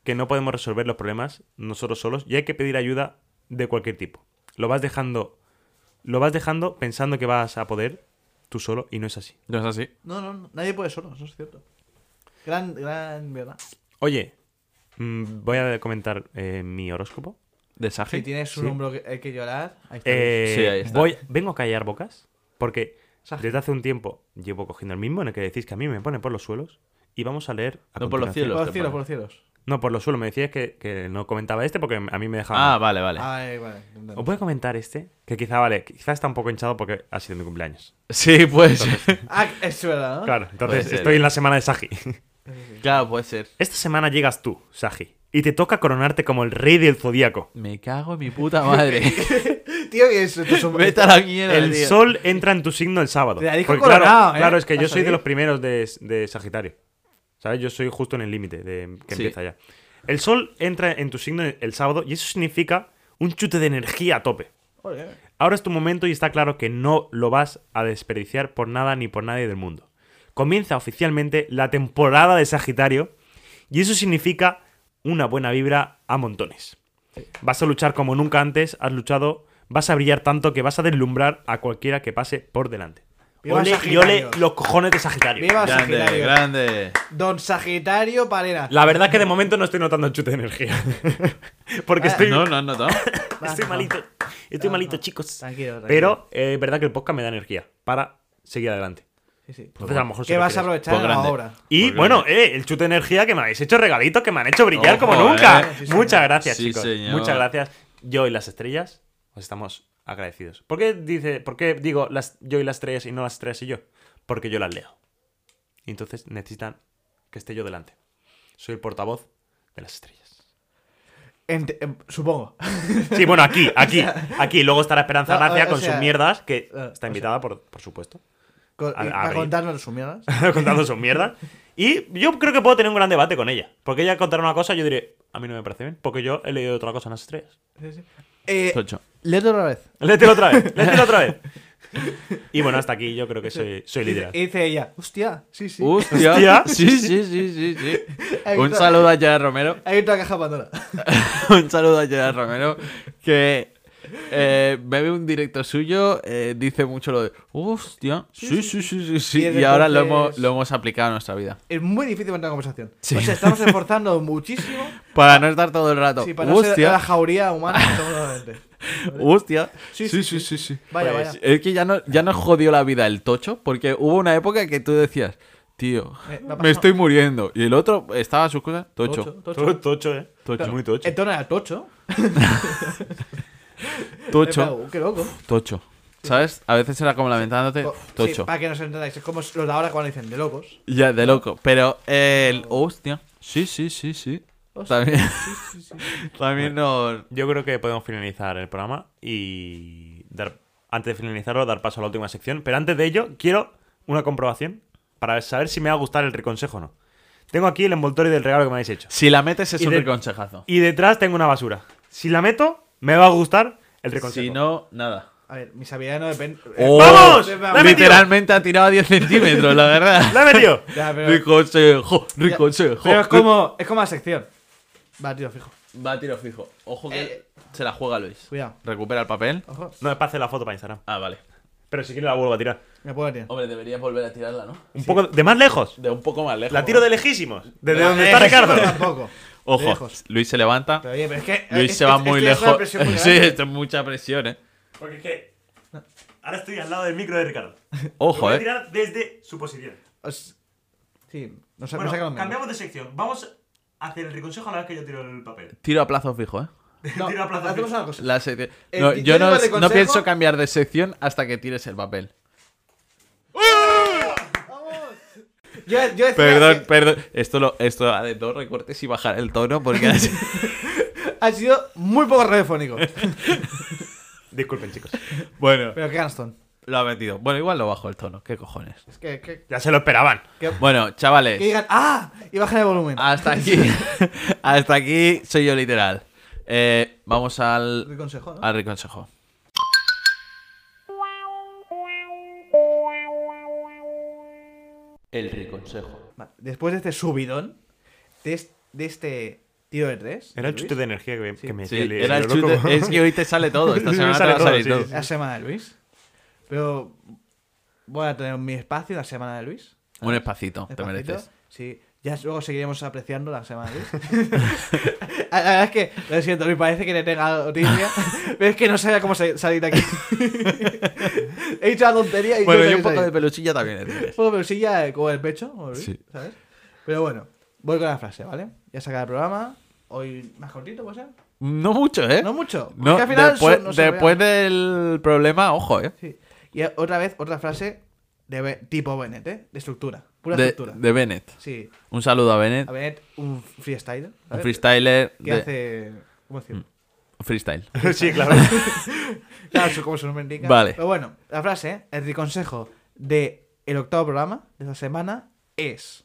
S3: que no podemos resolver los problemas nosotros solos y hay que pedir ayuda de cualquier tipo. Lo vas dejando, lo vas dejando pensando que vas a poder tú solo y no es así.
S2: No es así.
S4: No, no, no, nadie puede solo, eso es cierto. Gran, gran verdad.
S3: Oye, mm, voy a comentar eh, mi horóscopo.
S2: ¿De Saji?
S4: Si tienes un
S3: Sí.
S4: hombro que hay que llorar, ahí está.
S3: Eh,
S2: Sí, ahí está.
S3: voy- vengo a callar bocas porque
S4: Saja.
S3: desde hace un tiempo llevo cogiendo el mismo en el que decís que a mí me pone por los suelos y vamos a leer. a
S2: No por los los
S3: continuación.
S4: por los cielos,
S2: temporales.
S4: por los cielos.
S3: No, por los suelos. Me decías que, que no comentaba este porque a mí me dejaba.
S2: Ah, vale, vale.
S4: Ay, vale. entiendo.
S3: Os voy a comentar este que quizá, vale, quizá está un poco hinchado porque ha sido mi cumpleaños.
S2: Sí, pues.
S4: Ah, es verdad, ¿no?
S3: Claro,
S2: Puede
S3: entonces
S2: ser.
S3: estoy en la semana de Saji.
S2: claro, puede ser.
S3: Esta semana llegas tú, Saji, y te toca coronarte como el rey del zodíaco.
S2: Me cago en mi puta madre.
S4: Tío, que es, esto es un-
S2: Vete a la mierda.
S3: El
S2: tío.
S3: sol entra en tu signo el sábado.
S4: Te la dijo
S3: Porque,
S4: Colorado,
S3: claro,
S4: ¿eh?
S3: claro, es que
S4: Vas
S3: yo
S4: a
S3: soy de
S4: ver.
S3: los primeros de, de Sagitario. ¿Sabes? Yo soy justo en el límite de que
S2: Sí.
S3: empieza ya. El sol entra en tu signo el sábado y eso significa un chute de energía a tope.
S4: Joder. eh.
S3: Ahora es tu momento y está claro que no lo vas a desperdiciar por nada ni por nadie del mundo. Comienza oficialmente la temporada de Sagitario y eso significa una buena vibra a montones. Vas a luchar como nunca antes has luchado, vas a brillar tanto que vas a deslumbrar a cualquiera que pase por delante.
S4: ¡Viva
S3: Ole y
S4: Sagitario!
S3: ole los cojones de Sagitario.
S4: Viva
S2: Grande,
S4: Sagitario.
S2: grande.
S4: Don Sagitario Palera.
S3: La verdad es que de momento no estoy notando el chute de energía. Porque estoy,
S2: No, no, no, no.
S3: estoy malito. Estoy
S4: Ah,
S3: malito,
S4: ah.
S3: chicos.
S4: Tranquilo, tranquilo.
S3: Pero eh, es verdad que el podcast me da energía para seguir adelante.
S4: Sí, sí.
S3: Entonces, Pues a lo mejor se
S4: Que vas
S3: refiere eso.
S4: a aprovechar
S2: Pues
S4: la
S2: grande.
S4: obra.
S3: Y
S2: Porque-
S3: bueno, eh, el chute de energía que me habéis hecho regalitos que me han hecho brillar
S2: Ojo,
S3: como nunca.
S2: eh.
S4: Sí, señor.
S3: Muchas gracias,
S2: Sí,
S3: chicos.
S2: señor.
S3: Muchas gracias. Yo y las estrellas os estamos agradecidos. ¿Por qué dice, por qué digo las, yo y las estrellas y no las estrellas y yo? porque yo las leo. Y entonces necesitan que esté yo delante. Soy el portavoz de las estrellas.
S4: Ent- em, supongo.
S3: Sí, bueno, aquí, aquí, aquí. Luego estará Esperanza
S4: No, o-
S3: Gracia
S4: o
S3: con
S4: sea,
S3: sus mierdas, que
S4: o
S3: está
S4: sea-
S3: invitada, por, por supuesto,
S4: Con-
S3: A-
S4: y-
S3: a
S4: para
S3: ver.
S4: contarnos sus mierdas.
S3: contando sus mierdas. Y yo creo que puedo tener un gran debate con ella. Porque ella contará una cosa y yo diré, a mí no me parece bien, porque yo he leído otra cosa en las estrellas.
S4: Eh,
S2: Tocho.
S4: léetelo otra vez.
S3: Léetelo otra vez, léetelo otra vez. Y bueno, hasta aquí yo creo que soy, soy líder.
S4: Y dice ella, hostia, sí, sí.
S2: Hostia.
S3: Hostia.
S2: Sí, sí, sí, sí, sí.
S4: Ahí
S2: Un
S4: está.
S2: saludo a Gerard Romero.
S4: Hay otra caja de Pandora.
S2: un saludo a Gerard Romero, que eh, me ve un directo suyo, eh, dice mucho lo de, hostia, sí, sí, sí, sí, sí.
S4: Y
S2: Y,
S4: desde
S2: ahora lo
S4: entonces- Ah.
S2: hemos, lo hemos aplicado a nuestra vida.
S4: Es muy difícil mantener una conversación. O sea, estamos esforzando muchísimo
S2: Para no estar todo el rato,
S4: sí, para no ser la
S2: hostia,
S4: jauría humana que somos normalmente.
S2: hostia.
S4: Sí,
S2: Sí, sí,
S4: sí,
S2: sí, sí.
S4: Vaya,
S3: Pues,
S4: vaya.
S2: Es que ya, no, ya nos jodió la vida el tocho, porque hubo una época que tú decías, tío,
S4: Me- me ha
S2: me,
S4: pasado-
S2: estoy muriendo. Y el otro estaba a sus cosas, tocho.
S4: Tocho, tocho.
S3: Tocho, tocho, eh.
S2: Tocho.
S3: Muy tocho.
S4: El tono era tocho.
S2: Tocho,
S4: Qué loco.
S2: tocho. ¿Sabes? A veces era como lamentándote,
S4: Co-
S2: tocho.
S4: Oh, Sí, para que nos entendáis. Es como los de ahora cuando dicen de locos.
S2: Ya, de loco. Pero el. Hostia. Sí, sí, sí, sí. También, también no.
S3: Yo creo que podemos finalizar el programa y dar, antes de finalizarlo, dar paso a la última sección. Pero antes de ello, quiero una comprobación para saber si me va a gustar el reconsejo o no. Tengo aquí el envoltorio del regalo que me habéis hecho.
S2: Si la metes es
S3: Y
S2: un
S3: de-
S2: reconsejazo.
S3: Y detrás tengo una basura. Si la meto, me va a gustar el reconsejo.
S2: Si no, nada.
S4: A ver, mis habilidades no dependen. eh,
S2: Oh,
S3: ¡Vamos! ¡La he metido!
S2: Literalmente ha tirado a 10 centímetros, la verdad.
S3: ¡La he metido!
S4: Ya, pero-
S2: Reconsejo,
S4: ya-
S2: reconsejo.
S4: Pero es como, es como la sección. Va, tío, fijo.
S2: Va a tiro fijo. Ojo que se la juega Luis.
S4: Cuidado.
S2: Recupera el papel.
S4: Ojo,
S3: No, es para hacer la foto para Instagram.
S2: Ah, vale.
S3: Pero si quieres la vuelvo a tirar.
S4: me puedo tirar.
S2: Hombre, deberías volver a tirarla, ¿no?
S3: Un poco de más lejos.
S2: De un poco más lejos.
S3: La tiro de lejísimos. Desde
S4: Eh,
S3: donde está
S4: eh,
S3: Ricardo.
S4: Tampoco.
S2: Ojo,
S4: Lejos.
S2: Luis se levanta.
S4: Pero oye, pero es que. eh,
S2: Luis
S4: es-
S2: se va
S4: es-
S2: muy
S4: Este, es que es una
S2: lejos.
S4: presión muy
S2: Sí,
S4: grande.
S2: esto es mucha presión, eh.
S3: Porque es que. Ahora estoy al lado del micro de Ricardo. Lo
S2: Ojo,
S3: voy a
S2: eh.
S3: tirar desde su posición.
S4: Os- Sí, nos,
S3: Bueno,
S4: nos sacan los
S3: cambiamos de sección. Vamos a hacer el reconsejo a la vez que yo tiro el papel.
S2: Tiro a plazo fijo, eh.
S4: memes. No,
S3: tiro a plaza
S4: hacemos
S3: fija.
S4: una cosa.
S2: La sección-
S4: El
S2: No,
S4: que
S2: yo
S4: yo
S2: no,
S4: digo de
S2: no
S4: consejo-
S2: pienso cambiar de sección hasta que tires el papel.
S4: Yo, yo decía
S2: Perdón,
S4: que
S2: perdón. Esto lo, esto ha de dos recortes y bajar el tono porque ha sido-
S4: ha sido muy poco radiofónico.
S3: Disculpen, chicos.
S2: bueno,
S4: Pero qué Ganston.
S2: lo ha metido. Bueno, igual lo bajo el tono, qué cojones.
S4: Es que, que,
S3: Ya se lo esperaban.
S2: Bueno,
S4: que
S2: chavales,
S4: digan ¡Ah! Y bajen el volumen.
S2: hasta aquí hasta aquí soy yo literal. Eh, vamos
S4: El
S2: al
S4: consejo, ¿no?
S2: al reconsejo.
S1: El reconsejo.
S4: Vale, Después de este subidón, de, es- de este tiro de tres.
S3: Era el
S4: Luis,
S3: chute de energía que, que me
S2: Sí,
S3: decía
S2: era el
S3: loco.
S2: chute- es que hoy te sale todo, esta
S3: Me
S2: semana te
S3: sale
S2: va a
S3: todo,
S2: salir
S3: sí,
S2: todo.
S3: sí,
S4: La semana de Luis. Pero voy a tener mi espacio en la semana de Luis.
S2: Un espacito, te
S4: Despacito.
S2: mereces.
S4: Sí. Ya luego seguiremos apreciando la semana de Luis. la verdad es que, lo siento, me parece que le tenga noticia, pero es que no sabía cómo sa- salir de aquí. He dicho la tontería y
S2: Bueno,
S4: no
S2: y
S4: sabía
S2: un poco de
S4: salir.
S2: peluchilla también le tienes.
S4: Un poco de pelusilla eh, como el pecho, como Luis,
S2: Sí.
S4: ¿sabes? Pero bueno, voy con la frase, ¿vale? Ya se acaba el programa. Hoy más cortito, ¿puede ser?
S2: No mucho, ¿eh?
S4: No mucho.
S2: No,
S4: porque al final
S2: después,
S4: son- no se
S2: después
S4: vean.
S2: del problema, ojo, ¿eh?
S4: Sí. Y otra vez, otra frase de Be- tipo Bennett, ¿eh? De estructura. Pura
S2: De,
S4: estructura.
S2: de Bennett.
S4: Sí.
S2: Un saludo a Bennett,
S4: A Bennett, un freestyle.
S2: un freestyler
S4: que
S2: de Mm.
S4: hace. ¿Cómo decirlo?
S2: freestyle.
S3: sí, claro.
S4: Claro, su- como su nombre indica.
S2: Vale.
S4: Pero bueno, la frase, ¿eh? el consejo de el octavo programa de esta semana es.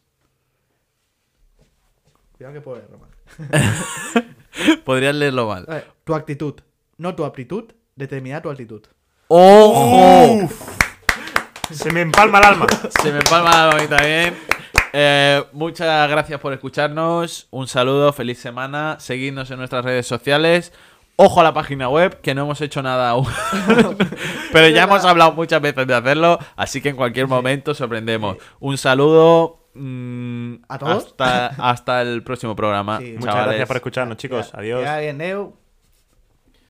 S4: Cuidado que puedo leerlo mal.
S2: Podrías leerlo mal.
S4: A ver, Eh, Tu actitud, no tu aptitud, determina tu altitud. Oh.
S2: ¡Ojo!
S3: se me empalma el alma.
S2: Se me palma la mamita bien. Eh, muchas gracias por escucharnos. Un saludo, feliz semana. Seguidnos en nuestras redes sociales. Ojo a la página web, que no hemos hecho nada aún. Pero ya hemos hablado muchas veces de hacerlo, así que en cualquier momento sorprendemos. Un saludo. mm,
S4: ¿A todos?
S2: Hasta, hasta el próximo programa.
S4: Sí.
S3: Muchas
S2: chavales.
S3: gracias por escucharnos, chicos.
S4: Ya-
S3: Adiós.
S4: ya bien, Neu.